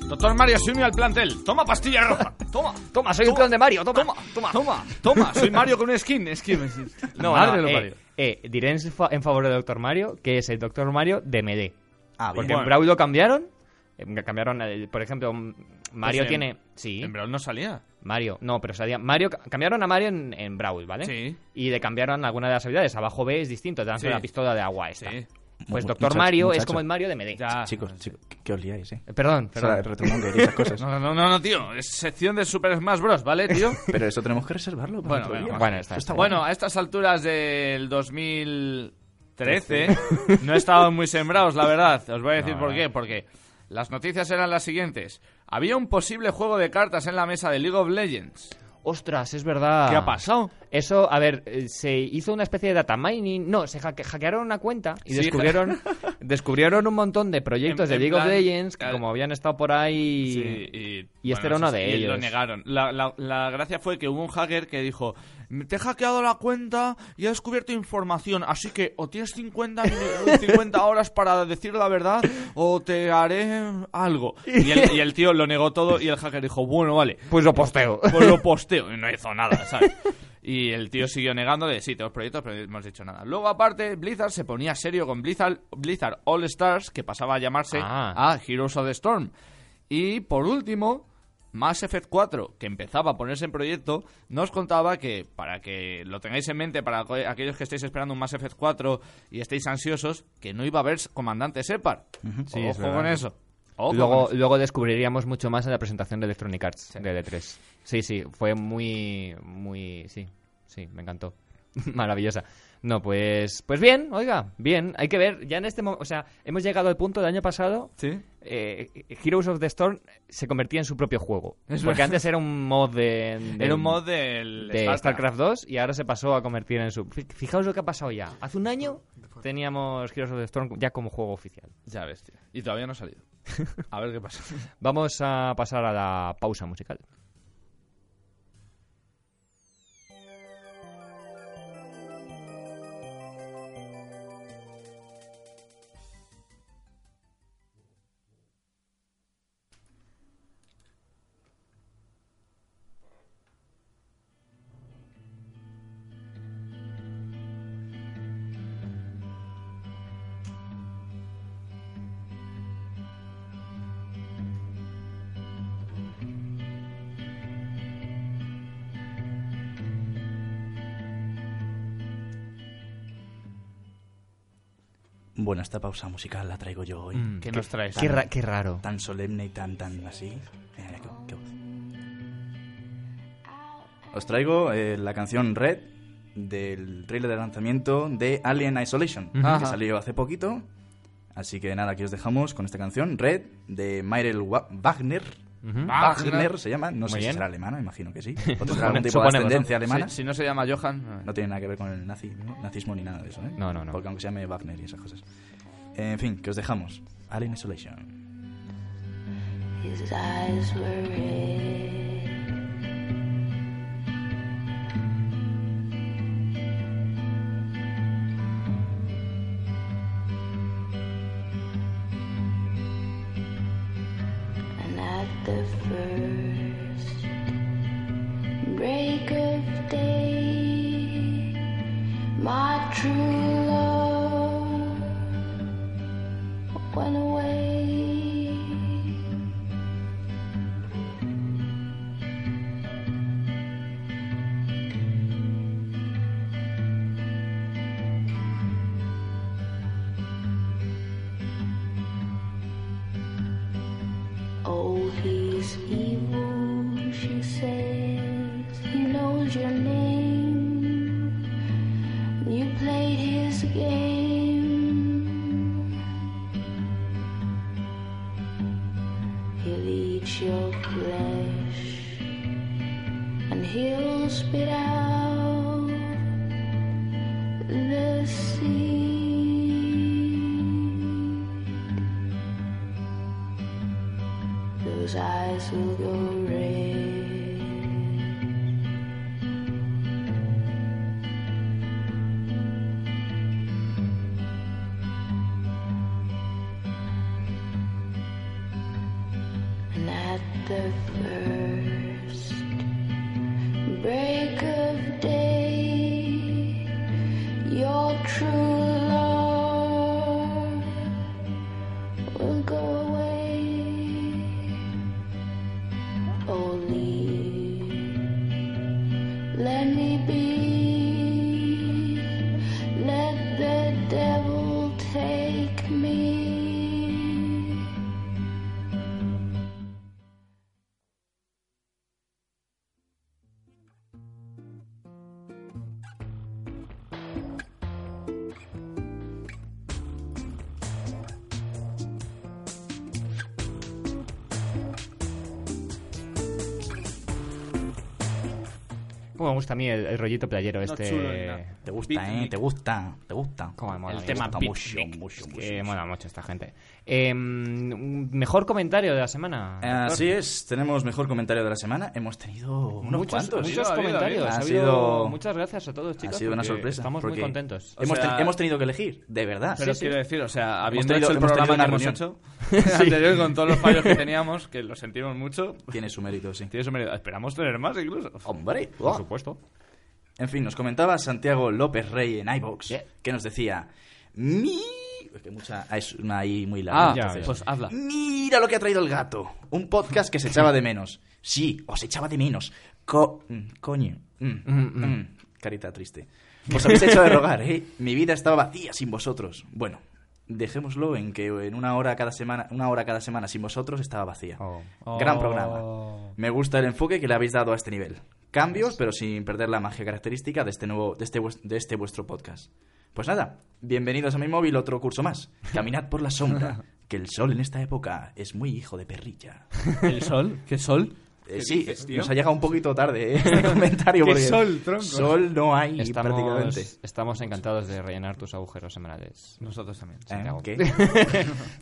S3: Doctor Mario se unió al plantel. Toma pastilla roja. Toma.
S1: Toma, soy un clon de Mario. Toma, toma,
S3: Toma, toma, soy Mario con un skin, es que
S1: No,
S3: madre
S1: no,
S3: lo
S1: eh,
S3: parió.
S1: eh, diré en, fa- en favor de Doctor Mario que es el Doctor Mario de Melee.
S4: Ah, bien.
S1: Porque en Brawl lo cambiaron. eh, Cambiaron, el- por ejemplo, m- Mario
S3: Pues en-
S1: tiene. Sí,
S3: En Brawl no salía.
S1: Mario. No, pero salía. Mario, ca- cambiaron a Mario en, en Brawl, ¿vale?
S3: Sí.
S1: Y le cambiaron alguna de las habilidades. Abajo B es distinto, te lanza
S3: Sí.
S1: la pistola de agua esta.
S3: Sí.
S1: Pues
S4: Mu-
S1: Doctor
S4: muchacho,
S1: Mario es
S4: muchacho.
S1: como el Mario de Melee.
S3: Ya.
S4: Chicos, chicos, que- que os liáis, eh.
S1: Eh, Perdón,
S4: O sea,
S1: Ah, perdón.
S4: retomando y esas cosas.
S3: No, no, no, no, tío. Es sección de Super Smash Bros, ¿vale, tío?
S4: Pero eso tenemos que reservarlo. Para
S3: Bueno,
S4: otro
S3: bueno,
S4: día.
S1: bueno,
S4: Eso
S1: está-
S4: está
S1: está
S4: guay.
S3: Bueno, a estas alturas del 2013 no estaban muy sembrados, la verdad. Os voy a decir por qué. Porque las noticias eran las siguientes. Había un posible juego de cartas en la mesa de League of Legends.
S1: Ostras, es verdad.
S3: ¿Qué ha pasado?
S1: Eso, a ver, eh, se hizo una especie de data mining. No, se hacke- hackearon una cuenta y
S3: Sí.
S1: descubrieron, descubrieron un montón de proyectos
S3: En-
S1: de
S3: en
S1: League of
S3: plan,
S1: Legends que,
S3: claro.
S1: como habían estado por ahí.
S3: Sí, y,
S1: y este era uno
S3: eso
S1: de
S3: sí,
S1: ellos.
S3: Lo negaron. La, la- la gracia fue que hubo un hacker que dijo: "Me- Te he hackeado la cuenta y he descubierto información. Así que o tienes 50, minu- 50 horas para decir la verdad o te haré algo. Y el, y el tío lo negó todo y el hacker dijo: Bueno, vale,
S1: Pues lo posteo.
S3: pues lo posteo. Y no hizo nada, ¿sabes? Y el tío siguió negándole, sí, tenemos proyectos, pero no hemos dicho nada. Luego, aparte, Blizzard se ponía serio con Blizzard, Blizzard All Stars, que pasaba a llamarse
S1: Ah.
S3: a Heroes of the Storm. Y por último, Mass Effect 4, que empezaba a ponerse en proyecto, nos contaba que, para que lo tengáis en mente, para aco- aquellos que estéis esperando un Mass Effect 4 y estéis ansiosos, que no iba a haber comandante Separ.
S1: Sí, es
S3: Ojo
S1: verdad.
S3: con eso. Ojo
S1: Luego,
S3: con eso.
S1: luego descubriríamos mucho más en la presentación de Electronic Arts de E3. Sí, sí, fue muy, muy, sí, sí, me encantó, maravillosa. No, pues, pues bien, oiga, bien. Hay que ver, ya en este momento, o sea, hemos llegado al punto del año pasado.
S3: Sí.
S1: eh, Heroes of the Storm se convertía en su propio juego,
S3: Es
S1: porque
S3: verdad.
S1: antes era un mod de, de-
S3: Era un mod del
S1: de StarCraft 2 y ahora se pasó a convertir en su. Fi- Fijaos lo que ha pasado ya. Hace un año teníamos Heroes of the Storm ya como juego oficial.
S3: Ya ves, tío. Y todavía no ha salido. A ver qué pasa.
S1: Vamos a pasar a la pausa musical.
S4: Bueno, esta pausa musical la traigo yo hoy.
S1: Mm, ¿Qué nos traes?
S4: Qué ra-
S1: qué raro.
S4: Tan solemne y tan, tan así. Mira, mira, qué- qué voz. Os traigo eh, la canción Red del trailer de lanzamiento de Alien Isolation, que
S3: Ajá.
S4: salió hace poquito. Así que nada, aquí os dejamos con esta canción Red de Myrel Wa- Wagner.
S3: ¿Mm? Wagner.
S4: Wagner se llama, no
S1: Ah,
S4: sé
S1: Muy
S4: si
S1: bien.
S4: será alemana, imagino que sí. O tendrá algún tipo de
S1: Suponemos, ¿no?
S4: ascendencia alemana.
S3: Si, si no se llama Johan. eh.
S4: No tiene nada que ver con el nazi- nazismo ni nada de eso, ¿eh?
S1: No, no, no.
S4: Porque aunque se llame Wagner y esas cosas. En fin, que os dejamos. Alien Isolation.
S8: His eyes were red. And at the first break of day, my true love went away. Oh, he's evil, she says. He knows your name. You played his game. He'll eat your flesh and he'll spit out the sea. those eyes will go red. And at the first break of day, your true love will go away. Only let me be. Let the devil take me.
S1: Como me gusta a mí el, el rollito playero este.
S7: chulo ni nada.
S4: Te gusta, ¿eh? Te gusta, te gusta.
S1: Cómo me mola a
S4: el
S1: mí
S4: tema
S1: esto.
S4: mucho,
S1: Picnic.
S4: mucho,
S1: Es
S4: mucho.
S1: que mola mucho esta gente. Eh, mm, mejor comentario de la semana. doctor.
S4: Así es, tenemos mejor comentario de la semana. Hemos tenido unos
S1: muchos
S4: cuantos.
S1: muchos
S3: ha habido, ha
S1: comentarios.
S4: habido.
S1: Ha
S4: Ha
S1: habido-
S4: sido-
S1: Muchas gracias a todos, chicos.
S4: ha sido una
S1: porque
S4: sorpresa.
S1: Estamos muy
S4: porque
S1: contentos.
S4: Hemos,
S3: O sea-
S4: ten- hemos tenido que elegir, de verdad.
S3: Pero
S1: sí.
S3: quiero decir, o sea, habiendo
S4: tenido-
S3: hecho el
S4: hemos tenido
S3: programa que
S4: una
S3: hemos
S4: reunión.
S3: hecho, anterior con todos los fallos que teníamos, que lo sentimos mucho,
S4: Tiene su mérito, sí.
S3: tiene su mérito. Esperamos tener más incluso.
S4: Hombre,
S1: Por
S4: oh.
S1: supuesto.
S4: En fin, nos comentaba Santiago López Rey en iBox
S1: Yeah.
S4: que nos decía: Mi. Es que mucha. ah, Es una I muy larga.
S3: Ah,
S1: ya,
S4: entonces,
S3: pues hazla.
S4: Mira lo que ha traído el gato. Un podcast que se echaba de menos. Sí, os echaba de menos. Co- mm, coño. Mm, mm, carita triste. Os habéis hecho de rogar, ¿eh? Mi vida estaba vacía sin vosotros. Bueno, dejémoslo en que en una hora cada semana, una hora cada semana sin vosotros estaba vacía.
S1: Oh.
S4: Gran programa. Me gusta el enfoque que le habéis dado a este nivel. Cambios, pero sin perder la magia característica de este nuevo, de este, vues- de este vuestro podcast. Pues nada, bienvenidos a mi móvil, otro curso más. Caminad por la sombra, que el sol en esta época es muy hijo de perrilla.
S3: ¿El sol? ¿Qué sol?
S4: Eh, sí,
S3: dices, tío?
S4: nos ha llegado un poquito tarde eh, este comentario.
S3: ¿Qué
S4: porque
S3: sol, tronco?
S4: Sol no hay
S1: Estamos,
S4: prácticamente.
S1: estamos encantados de rellenar tus agujeros semanales.
S3: Nosotros también.
S4: ¿Eh?
S1: Santiago.
S4: ¿Qué?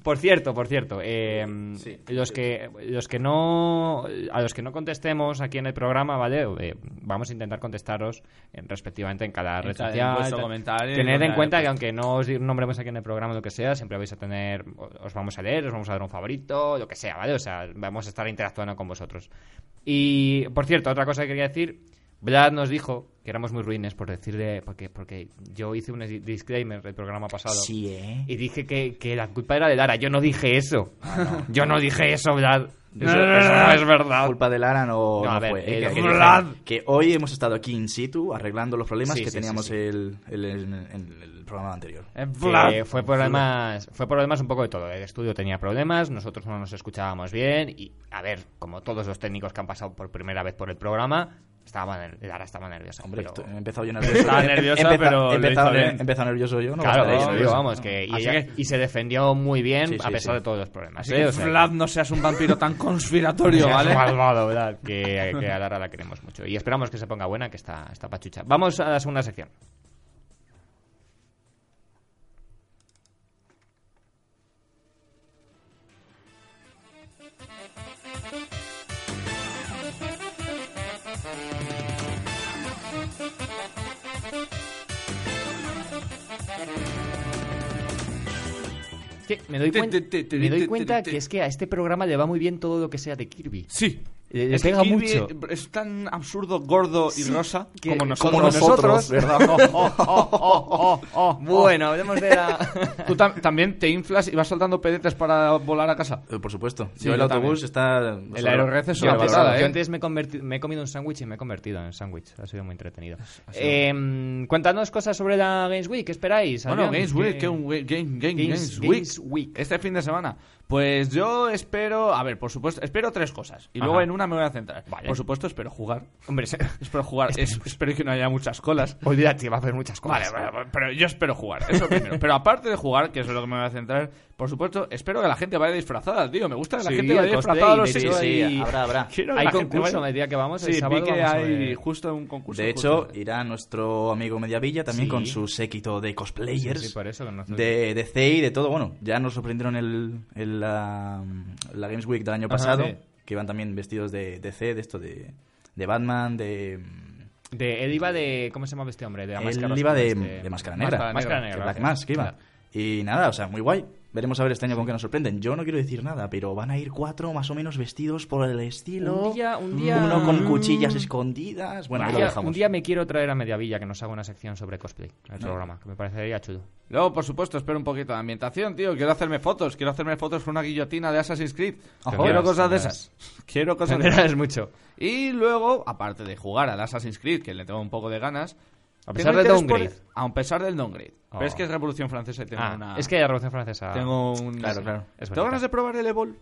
S1: Por cierto, por cierto, eh,
S4: Sí.
S1: los que los que no a los que no contestemos aquí en el programa, vale, Eh, vamos a intentar contestaros eh, respectivamente en cada red
S3: cada- en
S1: social.
S3: vuestro
S1: tal.
S3: comentario y
S1: Tened en
S3: comentario,
S1: cuenta
S3: pues.
S1: que aunque no os nombremos aquí en el programa lo que sea, siempre vais a tener, os vamos a leer, os vamos a dar un favorito, lo que sea, vale, o sea, vamos a estar interactuando con vosotros. Y por cierto, otra cosa que quería decir. Vlad nos dijo que éramos muy ruines por decirle, porque, porque yo hice un disclaimer del programa pasado.
S4: Sí, ¿eh?
S1: Y dije que, que la culpa era de Lara. Yo Ah, no dije eso. Yo no dije eso, Vlad. Eso, eso no es verdad.
S4: Culpa de Lara no,
S1: Ah. No, a
S4: no
S1: ver,
S4: fue.
S1: eh,
S4: que,
S1: es
S4: que-
S1: verdad.
S4: que hoy hemos estado aquí in situ arreglando los problemas
S1: Sí,
S4: que
S1: sí,
S4: teníamos
S1: sí, sí.
S4: El, el- en- en el programa anterior.
S1: Que Eh, fue problemas, fue problemas un poco de todo. El estudio tenía problemas, nosotros no nos escuchábamos bien y a ver, como todos los técnicos que han pasado por primera vez por el programa, estaba ner- Lara estaba nerviosa.
S4: Hombre,
S1: pero-
S4: esto- eh, he empezado yo nervioso.
S3: Estaba
S4: He- he-
S3: nerviosa,
S4: empeza-
S3: pero
S4: he
S3: lo
S4: empezado,
S3: hizo
S4: he-
S3: bien.
S4: he empezado nervioso yo. No
S1: claro,
S4: estaréis
S1: no, digo,
S4: nerviosos.
S1: vamos que y,
S3: Así
S1: ella-
S3: que-
S1: y se defendió muy bien
S4: Sí, sí,
S1: a pesar
S4: sí.
S1: de todos los problemas.
S3: Así
S1: ¿eh?
S3: que
S1: O sea,
S3: Vlad no seas un vampiro tan conspiratorio,
S1: es
S3: ¿vale?
S1: malvado, ¿verdad? Que, que a Lara la queremos mucho y esperamos que se ponga buena, que está, está pachucha. Vamos a la segunda sección. Es que me doy,
S3: Te,
S1: cuen-
S3: te, te, te,
S1: me doy
S3: te, te,
S1: cuenta
S3: te.
S1: que es que a este programa le va muy bien todo lo que sea de Kirby.
S3: Sí.
S1: Le, le
S3: Es que
S1: pega
S3: Kirby
S1: mucho.
S3: Es tan absurdo, gordo y rosa
S1: que-
S3: como nosotros.
S1: como nosotros,
S3: ¿verdad?
S1: Oh, oh, oh, oh, oh. Bueno, hablemos de la...
S3: Tú tam- también te inflas y vas soltando pedetes para volar a casa.
S4: Eh, Por supuesto.
S3: Sí,
S4: yo el
S3: yo
S4: autobús está.
S3: El aerorred es
S1: Yo
S3: una
S1: antes,
S3: pasada,
S1: yo
S3: ¿eh?
S1: antes me, he converti- me he comido un sándwich y me he convertido en sándwich. Ha sido muy entretenido. Eh, cuéntanos cosas sobre la Games Week. ¿Qué esperáis? Eh,
S3: Bueno,
S1: Adrián?
S3: Games
S1: ¿Qué-
S3: Week, que un we- game, game-
S1: Games-
S3: Games,
S1: Games
S3: Week.
S1: Week.
S3: Este fin de semana. Pues yo espero, a ver, por supuesto, espero tres cosas. Y luego
S1: Ajá.
S3: en una me voy a centrar.
S1: Vale.
S3: Por supuesto, espero jugar.
S1: Hombre, se-
S3: Espero jugar. Es- espero que no haya muchas colas.
S1: olvídate, va a haber muchas
S3: Vale,
S1: cosas.
S3: vale, vale, pero yo espero jugar, eso primero. Pero aparte de jugar, que es lo que me voy a centrar, por supuesto, espero que la gente vaya disfrazada, tío. Me gusta que la
S1: Sí,
S3: gente vaya
S1: el cosplay,
S3: disfrazada a los
S1: de hecho,
S3: sitios
S1: sí,
S3: y-
S4: habrá, habrá.
S3: Quiero que
S1: Hay
S3: la gente
S1: concurso
S3: vaya-
S1: el día que vamos.
S3: Sí,
S1: el sábado
S3: vi que
S1: vamos a
S3: hay
S1: ver-
S3: justo un concurso.
S4: De
S3: justo.
S4: hecho, irá nuestro amigo Mediavilla también
S1: Sí.
S4: con su séquito de
S1: Sí,
S4: cosplayers.
S1: sí, por eso que no-
S4: de, de CI, de todo. Bueno, ya nos sorprendieron el, el, la, la Games Week del año pasado,
S1: sí.
S4: que iban también vestidos de DC, de esto de, de Batman, de...
S1: De, él iba de... ¿Cómo se llama este hombre? De la máscara
S4: él iba
S1: oscura,
S4: de,
S1: este-
S4: de Máscara Negra,
S1: Máscara
S4: que
S1: negra.
S4: Black
S1: gracias.
S4: Mask iba. Y nada, o sea, muy guay. Veremos a ver este año con qué nos sorprenden. Yo no quiero decir nada, pero van a ir cuatro más o menos vestidos por el estilo.
S1: Un día- un día-
S4: Uno con cuchillas escondidas. Bueno, ahí
S1: Un
S4: lo
S1: día-
S4: dejamos.
S1: un día me quiero traer a Mediavilla que nos haga una sección sobre cosplay en el programa, que me parecería chulo.
S3: Luego, por supuesto, espero un poquito de ambientación, tío. Quiero hacerme fotos. Quiero hacerme fotos con una guillotina de Assassin's Creed.
S4: Ojo.
S3: Quiero
S4: Tendrás,
S3: cosas de
S1: tendrás.
S3: esas. Quiero
S1: Pues
S3: cosas de esas.
S1: es mucho.
S3: Y luego, aparte de jugar al Assassin's Creed, que le tengo un poco de ganas.
S1: A
S3: tengo
S1: pesar del
S3: interés por-
S1: downgrade.
S3: A pesar del downgrade.
S1: Oh.
S3: Pero es que es Revolución Francesa y tengo
S1: Ah,
S3: una.
S1: Es que la Revolución Francesa...
S3: Tengo un.
S4: Claro, claro.
S1: Ah, Es bonita.
S3: tengo ganas de probar el Evol.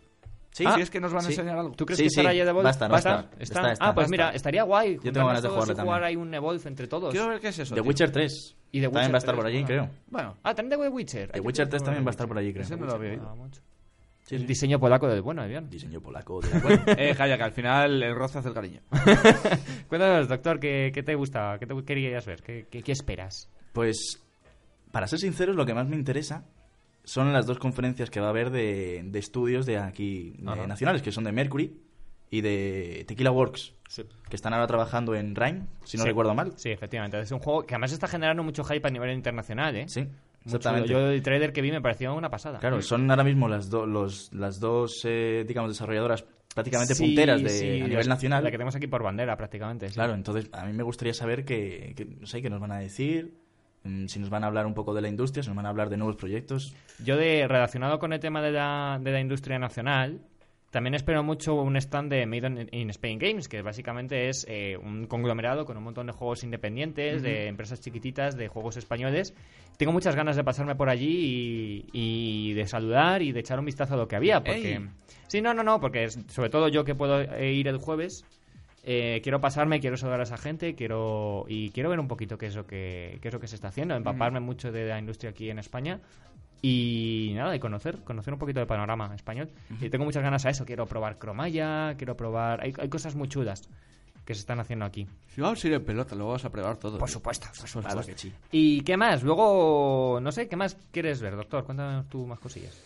S4: Sí,
S3: Ah,
S4: sí,
S3: es que nos van a
S4: sí.
S3: enseñar algo.
S1: ¿Tú crees
S4: Sí,
S1: que
S4: sí.
S1: estará ya de Evolve?
S4: Va a estar,
S1: ¿Va
S4: va
S1: a
S4: a estar.
S1: estar?
S4: Está,
S1: ¿Está?
S4: está,
S1: ah, pues
S4: está.
S1: mira, estaría guay.
S4: tengo
S1: juntarnos
S4: ganas de
S1: todos y
S4: jugarlo
S1: jugar
S4: también.
S1: ahí un Evolve entre todos.
S3: Quiero ver qué es eso.
S4: The
S3: tío.
S4: Witcher 3.
S1: Y The
S4: también
S1: Witcher
S4: va a estar por
S1: 3,
S4: allí,
S1: ah.
S4: creo.
S3: Bueno,
S1: Ah, también de The Witcher.
S4: The Witcher 3 también va a estar por allí, creo.
S3: ese no lo había oído.
S4: Sí,
S1: El
S4: sí.
S1: diseño polaco del bueno, Adrián.
S4: Diseño polaco. de- Bueno,
S3: Eh, calla, que al final el roce hace el cariño.
S1: Cuéntanos, doctor, ¿qué, qué te gusta? ¿Qué te querías ver? ¿Qué, qué, qué esperas?
S4: Pues, para ser sinceros, lo que más me interesa son las dos conferencias que va a haber de, de estudios de aquí de nacionales, que son de Mercury y de Tequila Works, que están ahora trabajando en Rhyme, si no
S1: Sí.
S4: recuerdo mal.
S1: Sí, efectivamente. Es un juego que además está generando mucho hype a nivel internacional, ¿eh?
S4: Sí,
S1: Mucho-
S4: exactamente.
S1: Yo el trailer que vi me pareció una pasada.
S4: Claro, son ahora mismo las, do- los- las dos, eh, digamos, desarrolladoras prácticamente
S1: Sí,
S4: punteras de,
S1: sí,
S4: a
S1: la-
S4: nivel nacional.
S1: La que tenemos aquí por bandera, prácticamente. sí.
S4: Claro, entonces a mí me gustaría saber qué, qué- no sé, qué nos van a decir, mm, si nos van a hablar un poco de la industria, si nos van a hablar de nuevos proyectos.
S1: Yo, de, relacionado con el tema de la, de la industria nacional, también espero mucho un stand de Made in- in Spain Games, que básicamente es eh, un conglomerado con un montón de juegos independientes, de empresas chiquititas, de juegos españoles. Tengo muchas ganas de pasarme por allí y, y de saludar y de echar un vistazo a lo que había. Porque...
S3: Ey.
S1: Sí, no, no, no, porque es- sobre todo yo que puedo eh, ir el jueves. eh, quiero pasarme, quiero saludar a esa gente, quiero y quiero ver un poquito qué es lo que qué es lo que se está haciendo, empaparme mucho de la industria aquí en España y nada, y conocer, conocer un poquito del panorama español. Y tengo muchas ganas a eso, quiero probar Cromaya, quiero probar hay, hay cosas muy chulas que se están haciendo aquí.
S3: Si vamos a ir en pelota, lo vamos a probar todo.
S1: Por supuesto, por supuesto.
S4: Claro que sí.
S1: ¿Y qué más? Luego, no sé, ¿qué más quieres ver, doctor? Cuéntame tú más cosillas.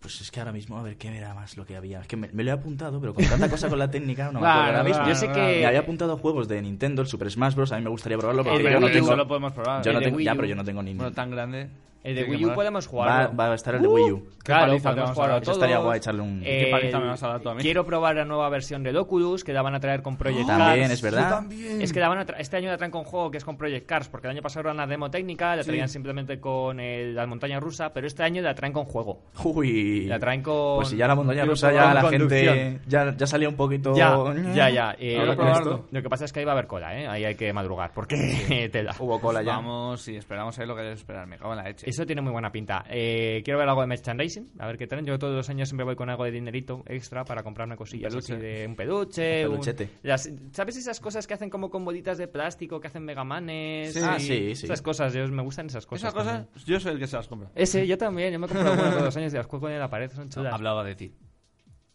S4: Pues es que ahora mismo, a ver qué era más lo que había. Es que me, me lo he apuntado, pero con tanta cosa con la técnica no me acuerdo
S1: Claro,
S4: ahora mismo.
S1: yo sé que-
S4: Me había apuntado juegos de Nintendo, el Super Smash Bros. A mí me gustaría probarlo, Ah, pero
S1: El
S4: yo
S1: de
S4: no
S1: Wii U
S4: tengo...
S3: solo podemos probar.
S4: yo
S1: el
S4: no
S1: de
S4: tengo-
S1: Wii
S4: ya,
S1: U.
S4: pero yo no tengo ni...
S3: Bueno, tan grande.
S4: El
S1: El de
S3: Tiene que
S1: Wii U
S3: molar.
S1: podemos
S4: Va,
S1: jugarlo. Uh,
S4: va a estar el de Wii U.
S1: Claro,
S3: paliza le
S1: podemos
S3: vamos a
S1: jugarlo
S3: dar.
S1: todos.
S4: Estaría guay echarle un-
S1: Eh,
S3: ¿Qué paliza me vas a dar tú a mí?
S1: Quiero probar la nueva versión del Oculus que la van a traer con Project
S4: Ah. También,
S1: Cars.
S4: es verdad.
S1: Es que la van a tra- este año la traen con juego que es con Project Cars, porque el año pasado era una demo técnica, la traían simplemente con eh, la montaña rusa, pero este año la traen con juego.
S4: Uy.
S1: La traen con.
S4: Pues si ya la montaña
S1: con-
S4: rusa, ya
S1: con
S4: la gente.
S1: conducción.
S4: Ya, ya salía un poquito.
S1: Ya, ya, ya. Eh,
S3: Habrá
S1: lo,
S3: que
S1: que-
S3: probarlo.
S1: lo que pasa es que ahí va a haber cola, ¿eh? Ahí hay que madrugar, porque tela.
S4: Hubo cola ya.
S3: Vamos y esperamos ahí lo que debes esperar. Me cago en la leche.
S1: Eso tiene muy buena pinta. Eh, quiero ver algo de merchandising, a ver qué traen. Yo todos los años siempre voy con algo de dinerito extra para comprarme cosillas así de un peluche.
S4: Un
S1: un-
S4: peluchete.
S1: las- ¿Sabes esas cosas que hacen como con bolitas de plástico que hacen megamanes?
S4: Sí. Ah, sí, sí.
S1: Esas cosas, yo, me gustan esas cosas.
S3: Esas cosas,
S1: también.
S3: yo soy el que se las compra.
S1: Ese, yo también, yo me he comprado uno todos los años y las cuelgo en la pared, son chulas.
S3: Hablaba de ti.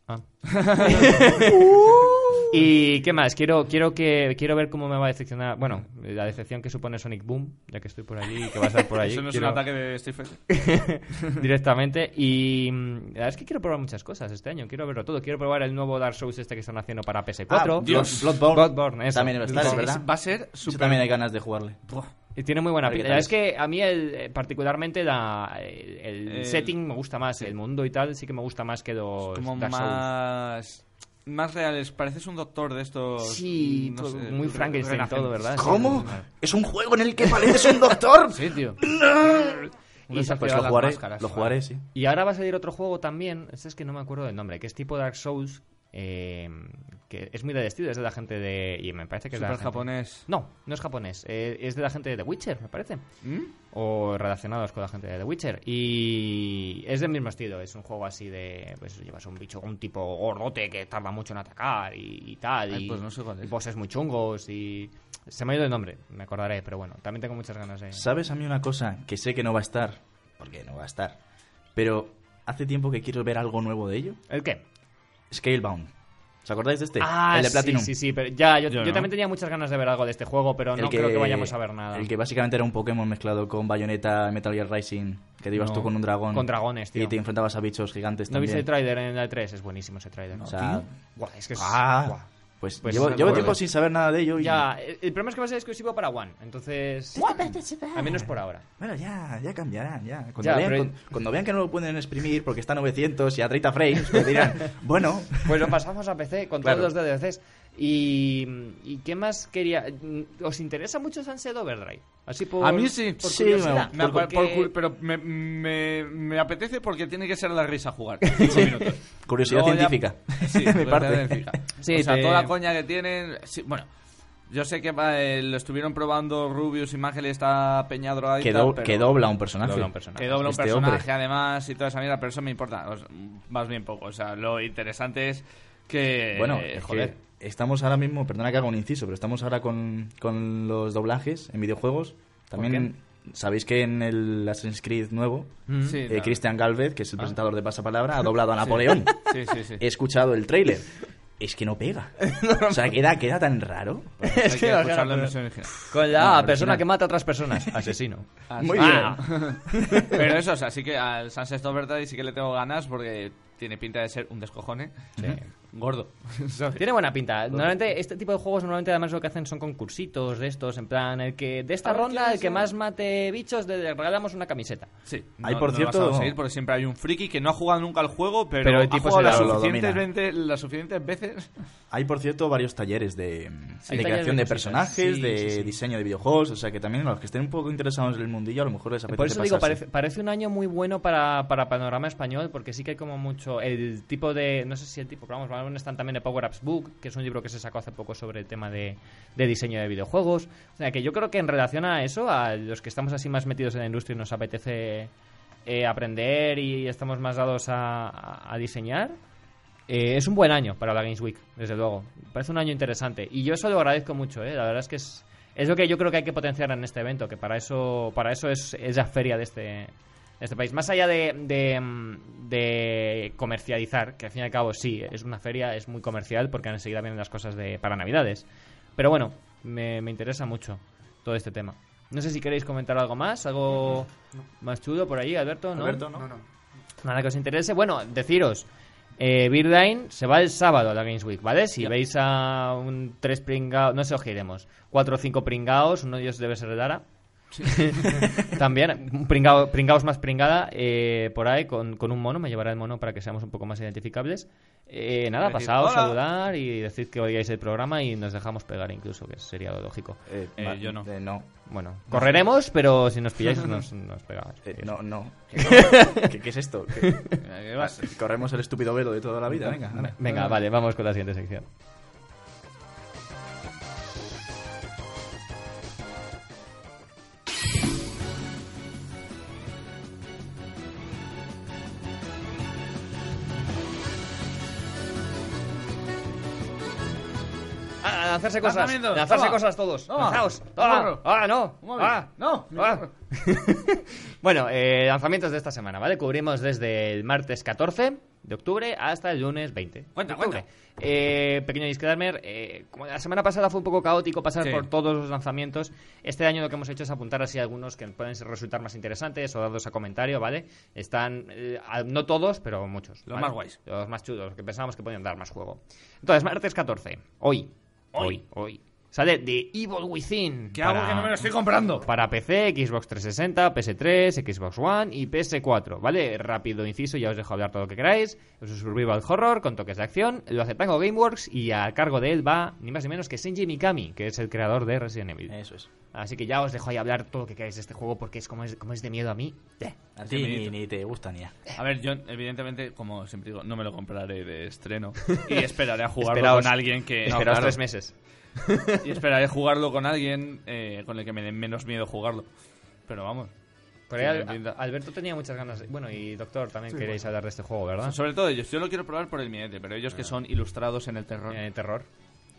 S1: Ah. y qué más, quiero, quiero que quiero ver cómo me va a decepcionar. Bueno, la decepción que supone Sonic Boom, ya que estoy por allí y que va a estar por allí.
S3: Eso no es
S1: quiero-
S3: un ataque de Steve Fetch.
S1: directamente. Y mm, la verdad es que quiero probar muchas cosas este año. Quiero verlo todo. Quiero probar el nuevo Dark Souls este que están haciendo para PS4.
S4: Ah, Dios. Bloodborne.
S1: Bloodborne, eso.
S4: También va a estar, es
S1: Bloodborne.
S4: verdad.
S3: Va a ser
S4: Yo
S3: super...
S4: también hay ganas de jugarle.
S1: Y tiene muy buena
S4: ver qué
S1: pinta.
S4: tal
S1: La verdad es que a mí el, eh, particularmente la, el, el
S3: El-
S1: setting me gusta más. El mundo y tal sí que me gusta más que los
S3: como
S1: Dark Souls.
S3: más... Más reales. Pareces un doctor de estos... mm,
S1: Sí,
S3: no
S1: pues,
S3: sé,
S1: muy
S3: re-
S1: Frankenstein
S3: renacen-
S1: todo, ¿verdad?
S4: ¿Cómo? ¿Es un juego en el que pareces un doctor?
S1: Sí, tío. Y
S3: Uno se
S1: esa-
S4: Pues
S3: activa
S4: lo
S3: las
S4: jugaré.
S3: máscaras,
S4: Lo jugaré, sí.
S1: Y ahora va a salir otro juego también, este es que no me acuerdo del nombre, que es tipo Dark Souls, eh, que es muy del estilo, es de la gente de... Y me parece que es de la
S3: Super
S1: gente-
S3: japonés.
S1: No, no es japonés, eh, es de la gente de The Witcher, me parece.
S3: ¿Mm?
S1: O relacionados con la gente de The Witcher. Y es del mismo estilo, es un juego así de... Pues llevas un bicho, un tipo gordote que tarda mucho en atacar y, y tal.
S3: Ay,
S1: y,
S3: pues no sé cuál es.
S1: y bosses muy chungos y... Se me ha ido el nombre, me acordaré, pero bueno, también tengo muchas ganas de...
S4: ¿Sabes a mí una cosa que sé que no va a estar? Porque no va a estar. Pero hace tiempo que quiero ver algo nuevo de ello.
S1: ¿El qué?
S4: Scalebound. ¿Os acordáis de este?
S1: Ah,
S4: el de Platinum.
S1: Sí, sí, sí, pero ya, yo,
S3: Yo
S1: yo
S3: no.
S1: también tenía muchas ganas de ver algo de este juego, pero
S4: El
S1: no creo que vayamos a ver nada.
S4: El que básicamente era un Pokémon mezclado con Bayonetta, Metal Gear Rising, que te ibas
S1: No.
S4: tú con un dragón.
S1: Con dragones, tío.
S4: Y te enfrentabas a bichos gigantes
S1: ¿No viste
S4: también.
S1: el trailer en la 3? Es buenísimo ese trailer.
S4: O sea,
S1: Buah, es que es...
S4: ah,
S1: buah.
S4: pues,
S1: Pues
S4: llevo,
S1: no me
S4: llevo
S1: acuerdo.
S4: tiempo sin saber nada de ello y...
S1: Ya, el el problema es que va a ser exclusivo para One, entonces... Al menos por ahora.
S4: Bueno, ya, ya cambiarán, ya. Cuando,
S1: Ya,
S4: vean,
S1: pero-
S4: cuando- cuando vean que no lo pueden exprimir porque está a 900 y a 30 frames, pues dirán, bueno,
S1: Pues lo pasamos a PC con todos los DLCs. Y, ¿Y qué más quería? mm, ¿Os interesa mucho Sunset Overdrive? Así por,
S3: A mí sí.
S1: por
S4: Sí,
S1: curiosidad,
S3: Me acu-
S1: porque-
S3: por cul- pero me, me, me apetece porque tiene que ser la risa jugar. Cinco minutos.
S4: curiosidad
S3: Luego ya-
S4: científica.
S3: Sí,
S4: de mi
S3: curiosidad
S4: parte.
S3: científica.
S1: Sí,
S3: o sea,
S1: te-
S3: toda la coña que tienen. sí, bueno, yo sé que va, eh, lo estuvieron probando Rubius y Mangel está Peñadroa y
S4: Que,
S3: tal,
S4: do-
S3: pero-
S4: que dobla un personaje.
S1: Dobla un personaje.
S3: que dobla un
S4: Este
S3: personaje
S4: hombre.
S3: además y toda esa mierda, pero eso me importa. o sea, más bien poco. O sea, lo interesante es que.
S4: Bueno,
S3: eh,
S4: es
S3: joder.
S4: que estamos ahora mismo, perdona que haga un inciso, pero estamos ahora con, con los doblajes en videojuegos. También sabéis que en el Assassin's Creed nuevo,
S3: Mm, Sí,
S4: eh,
S3: claro.
S4: Christian Galvez, que es el presentador de Pasapalabra, ha doblado a Napoleón.
S3: Sí, sí, sí.
S4: He escuchado el tráiler. Es que no pega. o sea, queda, queda tan raro.
S3: Hay que
S1: no,
S3: escuchar la
S1: claro,
S3: versión original.
S1: Con la
S4: original.
S1: persona que mata a otras personas. Asesino.
S4: Muy
S3: Ah.
S4: bien.
S3: Pero eso, o sea, sí que al Sunset Overdrive sí que le tengo ganas porque tiene pinta de ser un descojone. Gordo. ¿sabes?
S1: Tiene buena pinta. Normalmente, este tipo de juegos, normalmente además lo que hacen son concursitos de estos, en plan, el que de esta ronda, el que más mate bichos, le regalamos una camiseta.
S3: Sí.
S4: Ahí, por
S3: lo
S4: cierto,
S3: vas a
S4: no.
S3: conseguir porque siempre hay un friki que no ha jugado nunca al juego, pero,
S1: Pero el
S3: ha
S1: tipo
S3: jugado
S1: se
S3: las
S4: lo- lo
S3: suficientes,
S4: domina.
S3: vente- las suficientes veces.
S4: Hay, por cierto, varios talleres de, de
S1: talleres
S4: creación
S1: de
S4: de,
S1: cositas.
S4: personajes,
S1: Sí,
S4: de
S1: sí, sí.
S4: diseño de videojuegos. O sea, que también los que estén un poco interesados en el mundillo, a lo mejor les apetece
S1: Eh, Por eso digo,
S4: pasarse.
S1: parece, parece un año muy bueno para, para panorama español, porque sí que hay como mucho. El tipo de. No sé si el tipo, pero vamos, van están también de Power Apps Book, que es un libro que se sacó hace poco sobre el tema de, de diseño de videojuegos. O sea, que yo creo que en relación a eso, a los que estamos así más metidos en la industria y nos apetece eh, aprender y estamos más dados a, a- a diseñar. eh, es un buen año para la Games Week, desde luego. Parece un año interesante. Y yo eso lo agradezco mucho, ¿eh? La verdad es que es, es lo que yo creo que hay que potenciar en este evento, que para eso, para eso es, es la feria de este, de este país. Más allá de, de, mm, de comercializar, que al fin y al cabo sí, es una feria, es muy comercial, porque enseguida vienen las cosas de, para Navidades. Pero bueno, me, me interesa mucho todo este tema. No sé si queréis comentar algo más, algo más chulo por allí, Alberto, ¿no?
S4: Alberto,
S5: No, no.
S1: Nada que os interese. Bueno, deciros. Eh, Beardline se va el sábado a la Games Week, ¿vale? Si veis a un tres pringados, no sé, os giremos. Cuatro o cinco pringados, uno de ellos debe ser Dara. También, un pringao- pringaos más pringada, eh, por ahí con, con un mono, me llevará el mono para que seamos un poco más identificables. Eh, nada,
S7: Decir,
S1: pasaos,
S7: "Hola".
S1: saludar y decid que oigáis el programa y nos dejamos pegar incluso, que sería lo lógico.
S4: Eh,
S7: Eh,
S4: va-
S7: yo no.
S4: eh, no.
S1: Bueno, correremos, pero si nos pilláis nos, nos pegáis.
S4: Eh, no, no. ¿Qué, qué es esto? ¿Qué-
S3: ¿Qué va a ser?
S4: Corremos el estúpido velo de toda la vida. Venga, anda.
S1: Venga, vale, vamos con la siguiente sección. Ah, lanzarse cosas,
S3: Lanzamientos,
S1: lanzarse
S3: toma.
S1: cosas todos.
S3: Toma,
S1: Lanzaos,
S3: un
S1: toma.
S3: gorro.
S1: Ah, no.
S3: Un móvil.
S1: Ah,
S3: No, mi
S1: ah.
S3: gorro.
S1: bueno, eh, lanzamientos de esta semana, ¿vale? Cubrimos desde el martes 14 de octubre hasta el lunes 20.
S3: Cuenta,
S1: de octubre.
S3: cuenta.
S1: Eh, pequeño disclaimer, eh, como la semana pasada fue un poco caótico pasar
S3: Sí.
S1: por todos los lanzamientos, este año lo que hemos hecho es apuntar así algunos que pueden ser- resultar más interesantes o dados a comentario, ¿vale? Están, eh, a- no todos, pero muchos.
S3: Los
S1: ¿vale?
S3: más guays.
S1: Los más chulos, los que pensábamos que podían dar más juego. Entonces, martes 14, hoy, hoy, hoy, sale The Evil Within.
S3: ¿Qué hago
S1: para-
S3: que no me lo estoy comprando?
S1: para PC, Xbox 360, PS3, Xbox One y PS4, ¿vale? Rápido inciso, ya os dejo hablar todo lo que queráis. Es un survival horror con toques de acción, lo hace Tango Gameworks y a cargo de él va ni más ni menos que Shinji Mikami, que es el creador de Resident Evil.
S4: Eso es.
S1: Así que ya os dejo ahí hablar todo lo que queráis de este juego porque es como es, como es de miedo a mí. eh.
S4: A ti ni, ni te gusta ni a.
S3: A ver, yo evidentemente, como siempre digo, no me lo compraré de estreno y esperaré a jugarlo
S1: Esperaos-
S3: con alguien que... no,
S1: Esperaos
S3: claro.
S1: tres meses.
S3: Y esperaré jugarlo con alguien eh, con el que me dé menos miedo jugarlo. Pero vamos.
S1: Por ahí
S3: Tiene
S1: Al-
S3: pinta.
S1: Alberto tenía muchas ganas. Bueno, y doctor, también queréis hablar de este juego, ¿verdad?
S3: Sobre todo ellos. Yo lo quiero probar por el miedo, pero ellos que son ilustrados en el terror.
S1: Ah. Eh, terror.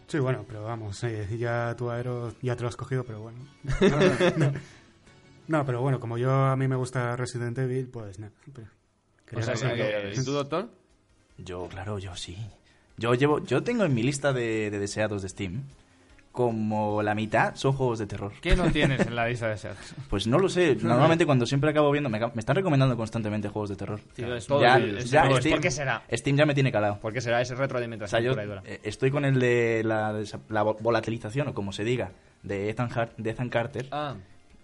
S5: Sí, bueno, pero vamos, eh, ya tú Aero, ya te lo has cogido, pero bueno. No, pero bueno, como yo a mí me gusta Resident Evil, pues nada. pero-
S3: O sea,
S5: Resident
S3: que-
S5: Evil.
S3: ¿Y tú, doctor?
S4: Yo, claro, yo sí. Yo llevo, yo tengo en mi lista de, de deseados de Steam como la mitad son juegos de terror.
S3: ¿Qué no tienes en la lista de deseados?
S4: Pues no lo sé. Normalmente cuando siempre acabo viendo me, ca- me están recomendando constantemente juegos de terror.
S3: Tío, es
S4: ya,
S3: todo el- es
S4: ya
S3: todo el-
S4: Steam,
S1: ¿Por qué será?
S4: Steam ya me tiene calado.
S1: Porque será ese
S4: O sea,
S1: retroalimentación
S4: yo
S1: pura y dura.
S4: eh, estoy con el de la, desa- la vo- volatilización o como se diga de Ethan, Har- de Ethan Carter
S3: Ah,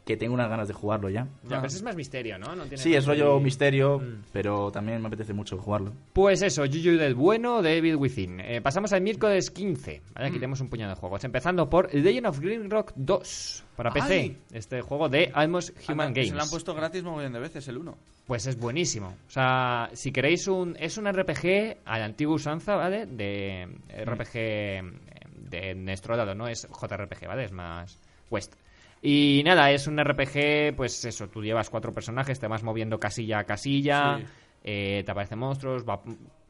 S4: que tengo unas ganas de jugarlo ya.
S1: Ya, pero ese es más misterio, ¿no? No tiene
S4: Sí, es
S1: tanto
S4: rollo
S1: ahí-
S4: misterio,
S1: Mm.
S4: pero también me apetece mucho jugarlo.
S1: Pues eso, Yuyu del Bueno, David Within. Eh, pasamos al miércoles 15. ¿vale?
S3: Mm.
S1: Aquí tenemos un puñado de juegos. Empezando por Legend of Green Rock 2 para PC.
S3: ¡Ay!
S1: Este juego de Almost Human
S3: anda,
S1: Games.
S3: Se lo han puesto gratis mogollón de veces, el 1.
S1: Pues es buenísimo. O sea, si queréis un... Es un RPG a la antigua usanza, ¿vale? De RPG eh, de nuestro lado, ¿no? Es JRPG, ¿vale? Es más West. Y nada, es un RPG, pues eso, tú llevas cuatro personajes, te vas moviendo casilla a casilla,
S3: Sí.
S1: eh, te aparecen monstruos, va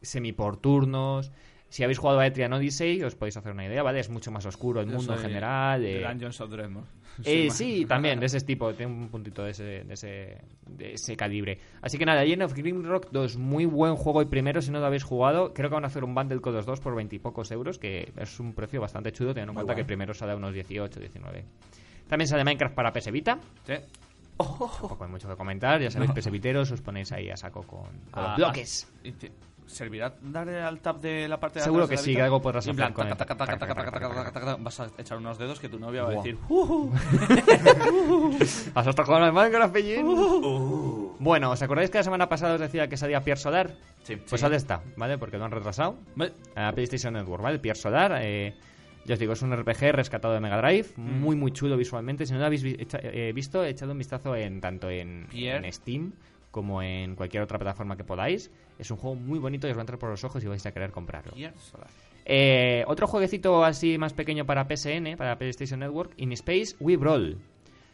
S1: semi por turnos. Si habéis jugado a Etrian Odyssey, os podéis hacer una idea, ¿vale? Es mucho más oscuro el mundo en general.
S3: De
S1: eh,
S3: Dungeons of Dreadmore.
S1: eh,
S3: ma-
S1: sí, también, de ese tipo, tiene un puntito de ese, de ese, de ese calibre. Así que nada, Legend of Grimrock 2, muy buen juego y primero, si no lo habéis jugado, creo que van a hacer un bundle con los dos por 20 y pocos euros, que es un precio bastante chulo, teniendo en cuenta que primero sale a unos 18, 19. También sale Minecraft para PS Vita,
S3: Sí.
S1: tampoco hay mucho que comentar, ya sabéis, PS Viteros, os ponéis ahí a saco con, con los
S3: Ah,
S1: bloques.
S3: Y te- ¿Servirá darle al tab de la parte de
S1: Seguro
S3: atrás de
S1: que
S3: la
S1: sí,
S3: vista?
S1: que algo podrás
S3: Y en
S1: hacer
S3: plan,
S1: con
S3: taca,
S1: él.
S3: taca, taca,
S1: Taca,
S3: taca,
S1: taca,
S3: taca,
S1: taca,
S3: taca, taca, Vas a echar unos dedos que tu novia va a
S1: Buah.
S3: decir... "Uh,
S1: ¿Has estado jugando al Minecraft, Pellín? Bueno, ¿os acordáis que la semana pasada os decía que salía Pierre Solar?
S4: Sí.
S1: Pues
S4: Sí.
S1: ahí está, ¿vale? Porque lo han retrasado. A PlayStation Network, ¿vale? Pierre Solar, eh, ya os digo, es un RPG rescatado de Mega Drive, muy, muy chulo visualmente. Si no lo habéis vi- echa- eh, visto, echad un vistazo en tanto en,
S3: Pierre.
S1: en Steam como en cualquier otra plataforma que podáis. Es un juego muy bonito y os va a entrar por los ojos y vais a querer comprarlo.
S3: Gears Solar".
S1: Eh, otro jueguecito así más pequeño para PSN, para PlayStation Network, In Space We Brawl.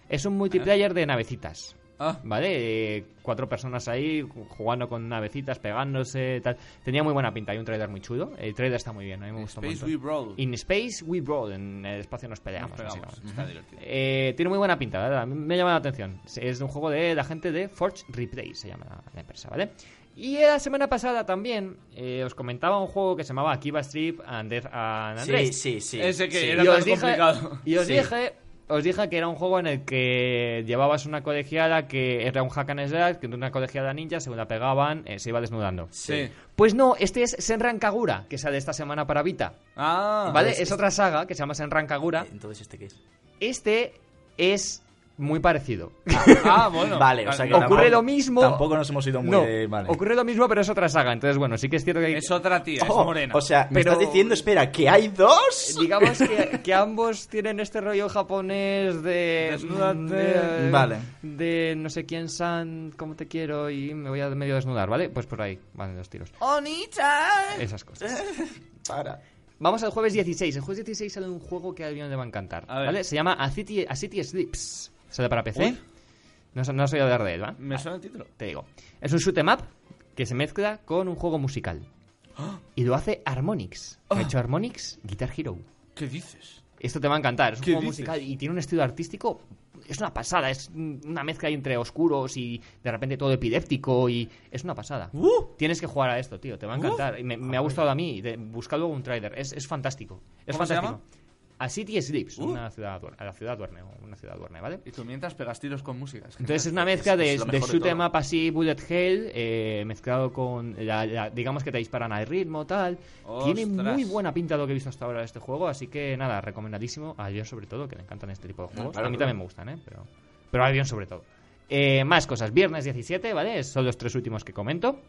S1: Es un multiplayer de navecitas.
S3: Ah.
S1: ¿Vale? Eh, cuatro personas ahí jugando con navecitas, pegándose, tal. Tenía muy buena pinta, hay un trailer muy chulo. El trailer está muy bien, a mí me gustó
S3: Space
S1: un montón.
S3: We Brawl.
S1: In Space We Brawl, en el espacio nos
S3: Nos
S1: peleamos.
S3: pegamos.
S1: básicamente.
S3: Está divertido.
S1: Eh, tiene muy buena pinta, la ¿verdad? Me llama la atención. Es un juego de la gente de Forge Replay, se llama la, la empresa, ¿vale? Y la semana pasada también eh, os comentaba un juego que se llamaba Akiba Strip and Death and
S4: Sí,
S1: Unrest.
S4: sí, sí.
S3: Ese que
S4: Sí.
S3: era
S1: Y
S3: tan
S1: os dije-
S3: complicado.
S1: Y os
S4: Sí.
S1: dije, os dije que era un juego en el que llevabas una colegiada que era un hack and slash, que una colegiada ninja, según la pegaban, eh, se iba desnudando.
S3: Sí.
S1: Pues no, este es Senran Kagura, que sale esta semana para Vita.
S3: Ah.
S4: Eh,
S1: ¿Vale? Es otra saga que se llama Senran Kagura.
S4: Entonces, ¿este qué es?
S1: Este es muy parecido.
S3: Ah, bueno.
S4: Vale, o sea que
S1: Ocurre
S4: tampoco-
S1: lo mismo-
S4: Tampoco nos hemos ido muy
S1: No,
S4: de- vale.
S1: ocurre lo mismo, pero es otra saga. Entonces, bueno, sí que es cierto que hay-
S3: Es otra tía,
S4: Oh,
S3: es morena.
S4: O sea, me
S1: Pero-
S4: estás diciendo, espera, que hay dos.
S1: eh, Digamos que, que ambos tienen este rollo japonés de.
S3: Desnúdate.
S1: de-
S4: Vale.
S1: De no sé quién san, cómo te quiero y me voy a medio desnudar, ¿vale? Pues por ahí, vale, los tiros. Esas cosas.
S4: Para.
S1: Vamos al jueves 16. El jueves 16 sale un juego que a alguien le va a encantar.
S3: A ver.
S1: ¿Vale? Se llama A City, a City Sleeps. Sale para PC. No, has- no has oído hablar de él, ¿va?
S3: Me suena el título.
S1: Te digo. Es un shoot em up que se mezcla con un juego musical.
S3: ¡Ah!
S1: Y lo hace Harmonix. Ha hecho Harmonix Guitar Hero.
S3: ¿Qué dices?
S1: Esto te va a encantar. Es un
S3: ¿Qué
S1: juego
S3: dices?
S1: musical y tiene un estilo artístico. Es una pasada. Es una mezcla ahí entre oscuros y de repente todo epiléptico. Y es una pasada.
S3: ¡Uh! Ah,
S1: Tienes que jugar a esto, tío. Te va a encantar. Y me, me ha gustado a mí. De, busca luego un trailer. Es, es fantástico. Es
S3: ¿Cómo se Uh.
S1: fantástico. A City Sleeps. Una ciudad, duer- a la ciudad duerme. o Una ciudad duerme, ¿vale?
S3: Y tú mientras pegas tiros con música. es que
S1: Entonces
S3: estás-
S1: es una mezcla de,
S4: es lo
S1: de
S4: mejor de
S1: shoot
S4: todo.
S1: em up así, bullet hell, eh, mezclado con, la- la- digamos que te disparan al ritmo, tal. Tiene
S3: Ostras.
S1: muy buena pinta lo que he visto hasta ahora de este juego, así que nada, recomendadísimo. A Albion sobre todo, que le encantan este tipo de juegos. a mí también me gustan, ¿eh? Pero, pero a Albion sobre todo. Eh, más cosas, viernes 17, ¿vale? Son los tres últimos que comento.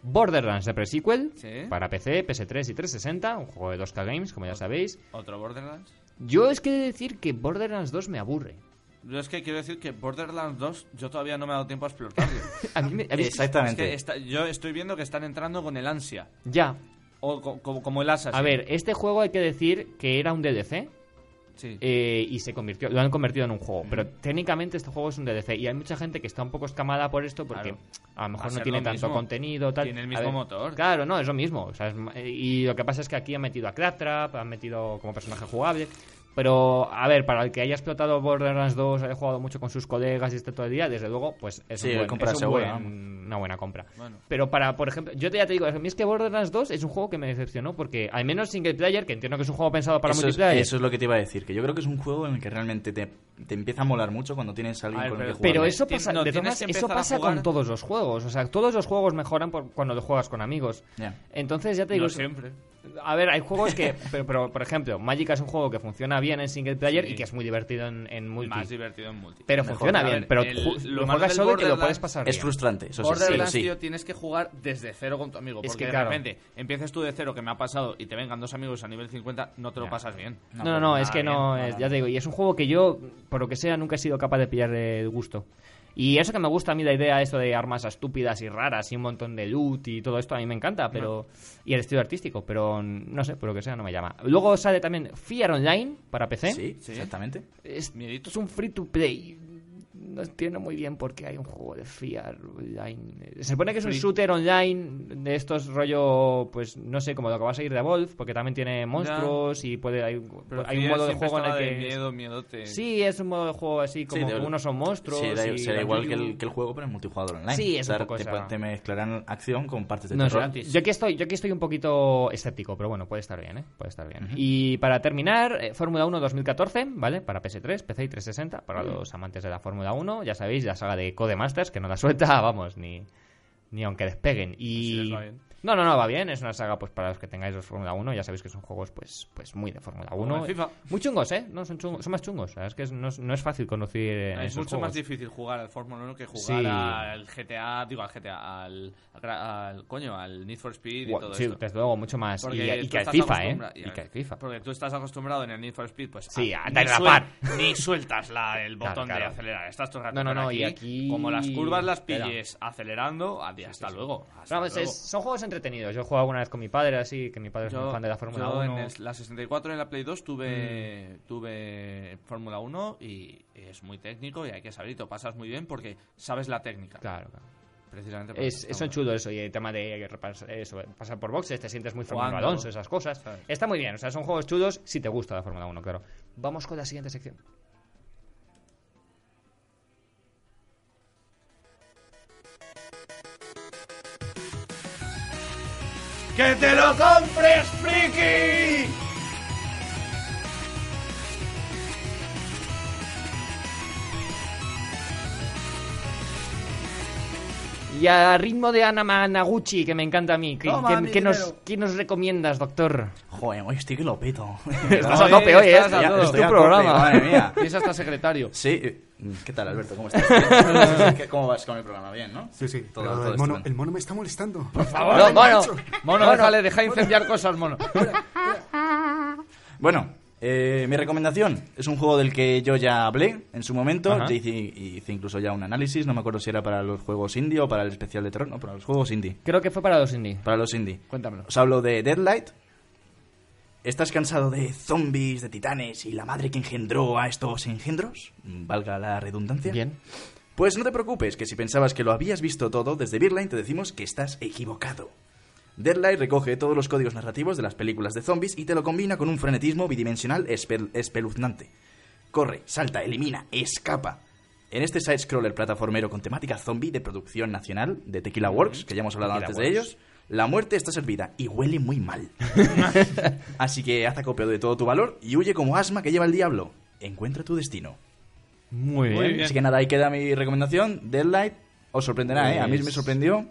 S1: Borderlands de Pre-Sequel,
S3: Sí.
S1: para PC, PS3 y 360, un juego de 2K Games, como ya sabéis.
S3: ¿Otro Borderlands?
S1: Yo es que he de decir que Borderlands 2 me aburre.
S3: Yo es que quiero decir que Borderlands 2 yo todavía no me he dado tiempo a explorarlo.
S1: A mí me- a mí es que-
S3: es
S4: Exactamente.
S3: que está- yo estoy viendo que están entrando con el ansia.
S1: ya,
S3: O co- co- como el asa.
S1: A ver, este juego hay que decir que era un DLC
S3: Sí.
S1: eh, y se convirtió, lo han convertido en un juego. Pero técnicamente este juego es un DLC y hay mucha gente que está un poco escamada por esto porque
S3: Claro.
S1: a lo mejor
S3: ser
S1: no tiene
S3: lo
S1: tanto
S3: mismo.
S1: contenido, tal.
S3: Tiene el
S1: A
S3: mismo motor.
S1: Claro, no, es lo mismo. o sea, es ma- y lo que pasa es que aquí han metido a Claptrap, han metido como personaje jugable. Pero, a ver, para el que haya explotado Borderlands 2, haya jugado mucho con sus colegas y esté todo el día, desde luego, pues es,
S4: Sí,
S1: un buen-
S4: compra
S1: es un
S4: segura,
S1: buen-
S4: vamos.
S1: una buena compra.
S3: Bueno.
S1: Pero para, por ejemplo, yo te- ya te digo, a mí es que Borderlands 2 es un juego que me decepcionó porque al menos single player, que entiendo que es un juego pensado para
S4: eso, es,
S1: multiplayer,
S4: eso es lo que te iba a decir, que yo creo que es un juego en el que realmente te, te empieza a molar mucho cuando tienes a alguien
S3: A ver,
S4: con el que
S3: pero-
S4: jugar.
S1: pero
S3: jugable.
S1: eso
S3: Tien-
S1: pasa,
S3: no,
S1: de
S3: tienes
S1: todas-
S3: que
S1: eso
S3: empezar a
S1: pasa
S3: jugar.
S1: con todos los juegos, o sea, todos los juegos mejoran por cuando lo juegas con amigos.
S4: Ya.
S1: Entonces ya te digo,
S3: No siempre.
S1: a ver, hay juegos que, pero, pero, por ejemplo, Magic es un juego que funciona bien en single player
S3: Sí.
S1: y que es muy divertido en, en multi.
S3: Más divertido en multi.
S1: pero
S4: Mejor.
S1: funciona
S3: A ver,
S1: bien, pero
S3: el-
S1: ju-
S3: lo
S1: lo
S3: malo
S1: juegas
S3: del
S1: solo que lo
S3: Borderlands
S1: puedes pasar
S4: Es
S1: bien.
S4: frustrante, eso sí, pero
S3: Borderlands,
S4: sí.
S3: tío, tienes que jugar desde cero con tu amigo. Porque
S1: Es que,
S3: de
S1: claro.
S3: repente empiezas tú de cero, que me ha pasado, y te vengan dos amigos a nivel 50, no te lo
S1: Ya.
S3: pasas bien.
S1: No, no, no, es
S3: nada
S1: que no,
S3: bien,
S1: es-
S3: nada.
S1: ya te digo, y es un juego que yo, por lo que sea, nunca he sido capaz de pillar el gusto. Y eso que me gusta a mí la idea, esto de armas estúpidas y raras y un montón de loot y todo esto, a mí me encanta, pero... Y el estilo artístico, pero no sé, por lo que sea, no me llama. Luego sale también Fear Online para PC.
S4: Sí, exactamente.
S1: Es,
S3: Miedito.
S1: es un free to play. No entiendo muy bien por qué hay un juego de Fear Online. Se supone que es un
S3: Free.
S1: shooter online de estos rollo, pues no sé, como lo que va a seguir de Wolf, porque también tiene monstruos y puede hay,
S3: Pero
S1: hay un
S3: Fear
S1: modo de
S3: siempre
S1: juego en el
S3: estaba de
S1: que...
S3: miedo, miedote.
S1: Sí, es un modo de juego así como
S4: de-
S1: que unos son monstruos.
S4: Sí, da-
S1: y-
S4: será igual que el, que el juego, pero en multijugador online.
S1: Sí, es
S4: O sea,
S1: un poco
S4: te,
S1: esa-
S4: pon- te mezclarán acción con partes de
S1: No,
S4: terror.
S1: sí. yo aquí estoy, yo aquí estoy un poquito escéptico, pero bueno, puede estar bien, ¿eh? Puede estar bien. Y para terminar, eh, Fórmula 1 2014, ¿vale? Para PS3, PC y 360, para los amantes de la Fórmula 1, ya sabéis, la saga de Codemasters, que no la suelta, vamos, ni, ni aunque despeguen.
S3: Si
S1: Y...
S3: Pues les va bien.
S1: no, no, no, va bien, es una saga pues para los que tengáis los Fórmula 1, ya sabéis que son juegos pues, pues muy de Fórmula 1.
S3: el FIFA.
S1: Muy chungos, ¿eh? No, son, chungos, son más chungos, la verdad es que es- no, es- no es fácil conducir eh,
S3: Es
S1: esos
S3: mucho más
S1: juegos.
S3: difícil jugar al Fórmula 1 que jugar
S1: Sí.
S3: al GTA, digo al GTA, al, al, al- coño, al Need for Speed y
S1: Guau,
S3: todo
S1: sí,
S3: esto.
S1: desde luego, mucho más. Y, y
S3: tú
S1: que al
S3: estás
S1: FIFA, ¿eh?
S3: acostumbra-
S1: Y que al FIFA.
S3: Porque tú estás acostumbrado en el Need for Speed, pues.
S1: Sí, a
S3: ni
S1: darle la
S3: suel-
S1: par.
S3: Ni sueltas la, el
S1: Claro,
S3: botón
S1: claro.
S3: de acelerar. Estás todo el rato
S1: No, no,
S3: pero
S1: no, y aquí-
S3: Como las curvas las
S1: Espera.
S3: pilles acelerando, a ti, hasta luego. hasta
S1: Pero vamos,
S3: luego.
S1: pues es- son juegos entretenidos. Yo he jugado alguna vez con mi padre, así que mi padre es
S3: Yo,
S1: muy fan de la Fórmula Mm.
S3: yo
S1: 1.
S3: en el- la 64 y en la Play 2 tuve, tuve Fórmula 1 y es muy técnico y hay que saber y te lo pasas muy bien porque sabes la técnica.
S1: Claro, claro.
S3: Precisamente por
S1: Es,
S3: eso
S1: son
S3: está
S1: chulo eso, y el tema de repas- eso, pasar por boxes, te sientes muy Fernando
S3: Jugando.
S1: Alonso, esas cosas.
S3: Claro.
S1: Está muy bien, o sea, son juegos chulos si te gusta la Fórmula 1, claro. Vamos con la siguiente sección.
S7: ¡Que te lo compres, friki!
S1: Y a ritmo de Ana Managuchi, que me encanta a mí. ¿Qué,
S7: Toma
S1: qué-
S7: mi
S1: qué nos,
S7: dinero.
S1: qué nos recomiendas, doctor?
S4: Joder, hoy estoy que lo peto.
S1: Estás a tope hoy, ¿eh?
S3: estás a
S4: Ya,
S3: todo.
S4: estoy
S3: Es tu
S4: a tope,
S3: programa.
S4: madre mía.
S3: Piensa hasta secretario.
S4: Sí. eh, ¿Qué tal, Alberto? ¿Cómo estás? ¿Qué- ¿Cómo vas con el programa? Bien, ¿no?
S5: Sí, sí.
S4: Todo-
S5: pero
S4: todo
S5: el, mono,
S4: estupendo.
S5: el mono me está molestando.
S3: No, mono, mono, déjale, deja incendiar cosas, mono.
S4: Bueno, eh, mi recomendación es un juego del que yo ya hablé en su momento.
S3: Ajá.
S4: Ya hice, hice incluso ya un análisis. No me acuerdo si era para los juegos indie o para el especial de terror. No, para los juegos indie.
S1: Creo que fue para los indie.
S4: Para los indie.
S3: Cuéntamelo.
S4: Os hablo de Deadlight. ¿Estás cansado de zombies, de titanes y la madre que engendró a estos engendros? Valga la redundancia.
S1: Bien.
S4: Pues no te preocupes, que si pensabas que lo habías visto todo, desde Beerline te decimos que estás equivocado. Deadlight recoge todos los códigos narrativos de las películas de zombies y te lo combina con un frenetismo bidimensional espel- espeluznante. Corre, salta, elimina, escapa. En este side-scroller plataformero con temática zombie de producción nacional de Tequila Works, que ya hemos hablado antes de ellos, la muerte está servida y huele muy mal. Así que haz acopio de todo tu valor y huye como asma que lleva el diablo. Encuentra tu destino.
S1: Muy bien.
S4: Así que nada, ahí queda mi recomendación. Deadlight os sorprenderá, ¿eh? A mí
S1: Pues
S4: me sorprendió.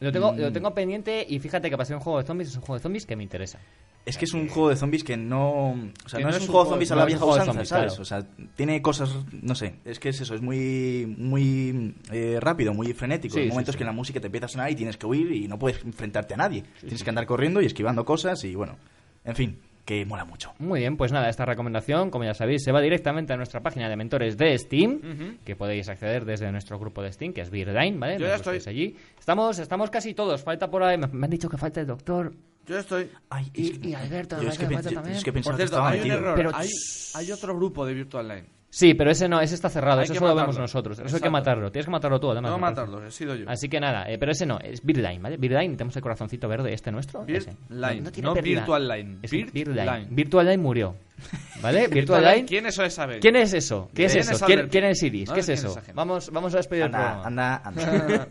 S1: Lo tengo,
S3: Mm.
S1: lo tengo pendiente y fíjate que pasé un juego de zombies, es un juego de zombies que me interesa.
S4: Es que es un juego de zombies que no. O sea,
S3: Que
S4: no, es, un juego de zombies a la
S1: eh, no es un
S4: vieja
S1: juego de
S4: usanza,
S1: zombies,
S4: ¿sabes?
S1: claro.
S4: O sea, tiene cosas. No sé, es que es eso, es muy muy eh, rápido, muy frenético.
S1: Sí,
S4: Hay
S1: sí,
S4: momentos
S1: sí.
S4: que la música te empieza a sonar y tienes que huir y no puedes enfrentarte a nadie. tienes que andar corriendo y esquivando cosas y bueno. En fin, que mola mucho.
S1: Muy bien, pues nada, esta recomendación, como ya sabéis, se va directamente a nuestra página de mentores de Steam, que podéis acceder desde nuestro grupo de Steam, que es Beerline, ¿vale?
S3: Yo
S1: Nos
S3: ya
S1: buscáis
S3: estoy.
S1: allí. Estamos, estamos casi todos, falta por ahí. Me- Me han dicho que falta el doctor.
S3: Yo estoy.
S4: Ay,
S1: Y- y Alberto,
S4: yo es que,
S1: Alberto
S4: pens-
S1: también.
S4: es que pensaba
S3: Por
S4: que
S3: cierto,
S4: estaba
S3: hay un
S4: metido.
S3: error.
S1: Pero-
S3: Hay, hay otro grupo de Virtual Line.
S1: Sí, pero ese no, ese está cerrado,
S3: Hay
S1: ese
S3: que
S1: solo lo
S3: matarlo.
S1: vemos nosotros. Eso hay
S3: Exacto.
S1: que matarlo, tienes que matarlo tú, además.
S3: Tengo que
S1: me parece.
S3: matarlo, he sido yo.
S1: Así que nada, eh, pero ese no, es Beerline, ¿vale? Beerline, tenemos el corazoncito verde, este nuestro.
S3: Beer
S1: ese.
S3: Line,
S1: tiene
S3: no
S1: pérdida.
S3: Virtual Line,
S1: Es
S3: Beer
S1: Beerline.
S3: Line.
S1: Virtual Line murió, ¿vale? Virtual
S3: Line,
S1: Line.
S3: ¿Quién eso es saber?
S1: ¿Quién es eso? ¿Qué es
S3: ¿Quién
S1: eso?
S3: es
S1: ¿Quién,
S3: Alberto?
S1: quién es Iris?
S3: No
S1: ¿Qué es
S3: sé quién es
S1: eso?
S3: esa gente.
S1: Vamos, vamos a despedir el
S4: Anda,
S1: programa.
S4: anda, anda.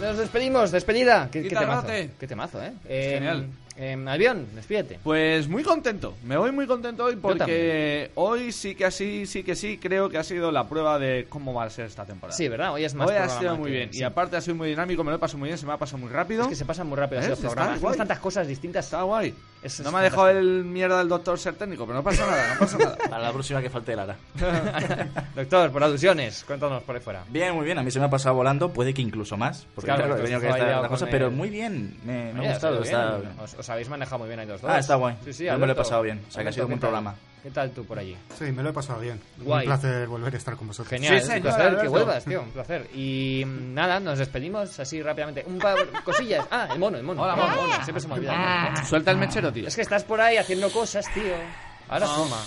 S1: Nos despedimos, despedida. ¿Qué, qué temazo?
S3: Guitarrote.
S1: Qué temazo, ¿eh? eh
S3: Genial.
S1: eh, Albión, despídete.
S3: Pues muy contento, me voy muy contento hoy porque
S1: también.
S3: hoy sí que así, sí que sí, creo que ha sido la prueba de cómo va a ser esta temporada.
S1: Sí, ¿verdad? Hoy es más
S3: Hoy ha
S1: programa
S3: sido muy
S1: que-
S3: bien
S1: sí.
S3: y aparte ha sido muy dinámico, me lo he pasado muy bien, se me ha pasado muy rápido.
S1: Es que se pasan muy rápido así
S3: ¿Eh?
S1: los
S3: Está
S1: programas. Hacemos
S3: guay.
S1: tantas cosas distintas.
S3: Está guay.
S1: Eso
S3: no
S1: es
S3: me ha dejado
S1: fantástico.
S3: el mierda del doctor ser técnico, pero no pasa nada, no pasa nada.
S4: Para la próxima que falte Lara.
S1: Doctor, por alusiones, cuéntanos por ahí fuera.
S4: Bien, muy bien. A mí se me ha pasado volando, puede que incluso más. Porque
S1: Claro,
S4: claro, he
S1: porque
S4: tenido que
S1: estaba
S4: estar
S1: ya
S4: la cosa,
S1: con
S4: pero
S1: el-
S4: muy bien. Me, me
S1: Oye,
S4: ha gustado.
S1: sido
S4: está-
S1: bien. Os, os habéis manejado muy bien ahí los dos.
S4: Ah, está guay.
S1: Sí, sí,
S4: Yo me lo he
S1: Alberto.
S4: pasado bien, o sea, que ha sido un buen
S1: ¿qué tal?
S4: programa.
S1: ¿Qué tal tú por allí?
S5: Sí, me lo he pasado bien.
S1: Guay.
S5: Un placer volver a estar con vosotros.
S1: Genial, un
S3: Sí, señor,
S1: placer que
S3: Alberto.
S1: vuelvas, tío, un placer. Y mm, nada, nos despedimos así rápidamente. Un par cosillas. Ah, el mono, el mono.
S3: Hola,
S1: El
S3: mono.
S1: Siempre se me olvida. el
S4: Ah.
S1: mono.
S3: Suelta el mechero, tío.
S1: Es que estás por ahí haciendo cosas, tío. Ahora toma.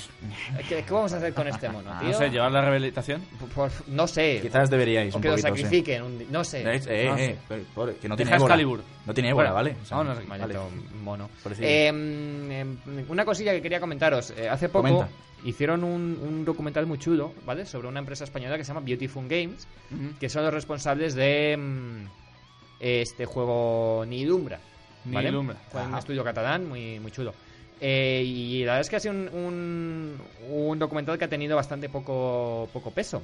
S1: ¿Qué, qué vamos a hacer con este
S4: Ah,
S1: mono, tío?
S3: No sé, llevar la rehabilitación.
S1: Por- por- no sé.
S4: Quizás deberíais
S1: O
S4: un
S1: que lo
S4: poquito, sí.
S1: sacrifiquen. un di- no sé.
S4: Eh, eh, eh, pero, pobre, que no tiene
S3: Deja
S4: ébola.
S3: Excalibur.
S4: No tiene ébola,
S3: Fuera.
S4: ¿vale? O sea,
S3: Vámonos de aquí,
S4: vale.
S1: Maldito mono.
S4: Pobrecillo.
S1: Eh, mm, eh, una cosilla que quería comentaros. Eh, hace poco
S4: Comenta.
S1: hicieron un, un documental muy chulo, ¿vale? Sobre una empresa española que se llama Beautiful Games, que son los responsables de mm, este juego Nidumbra. ¿vale?
S3: Nidumbra.
S1: Fue un estudio catalán muy, muy chulo. Eh, y la verdad es que ha sido un, un, un documental que ha tenido bastante poco, poco peso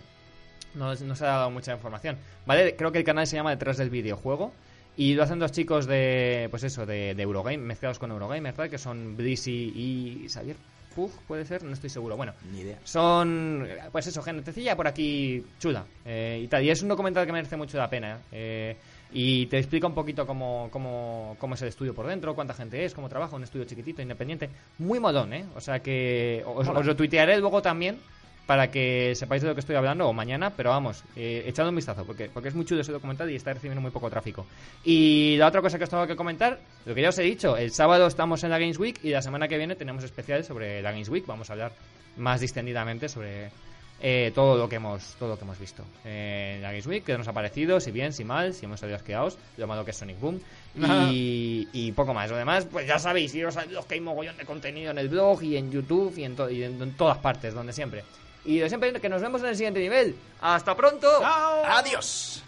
S1: no, no se ha dado mucha información. ¿Vale? Creo que el canal se llama Detrás del Videojuego. Y lo hacen dos chicos de, pues eso, de, de Eurogame, mezclados con Eurogame, tal, que son Blissy y Xavier Puj, puede ser, no estoy seguro. Bueno,
S4: Ni idea.
S1: son, pues eso, gentecilla por aquí chula eh, y tal. Y es un documental que merece mucho la pena. eh, y te explica un poquito cómo, cómo, cómo es el estudio por dentro, cuánta gente es, cómo trabaja, un estudio chiquitito, independiente. Muy modón, ¿eh? O sea que os, os lo tuitearé luego también para que sepáis de lo que estoy hablando, o mañana, pero vamos, eh, echad un vistazo, porque, porque es muy chulo ese documental y está recibiendo muy poco tráfico. Y la otra cosa que os tengo que comentar, lo que ya os he dicho, el sábado estamos en la Games Week y la semana que viene tenemos especial sobre la Games Week, vamos a hablar más distendidamente sobre eh, todo lo que hemos todo lo que hemos visto eh, en la Games Week, que nos ha parecido, si bien, si mal, si hemos salido asqueados, lo malo que es Sonic Boom y, y poco más. Lo demás, pues ya sabéis, iros a los que hay mogollón de contenido en el blog y en YouTube y en, to- y en- en todas partes, donde siempre. Y de siempre que nos vemos en el siguiente nivel. ¡Hasta pronto!
S4: Adiós.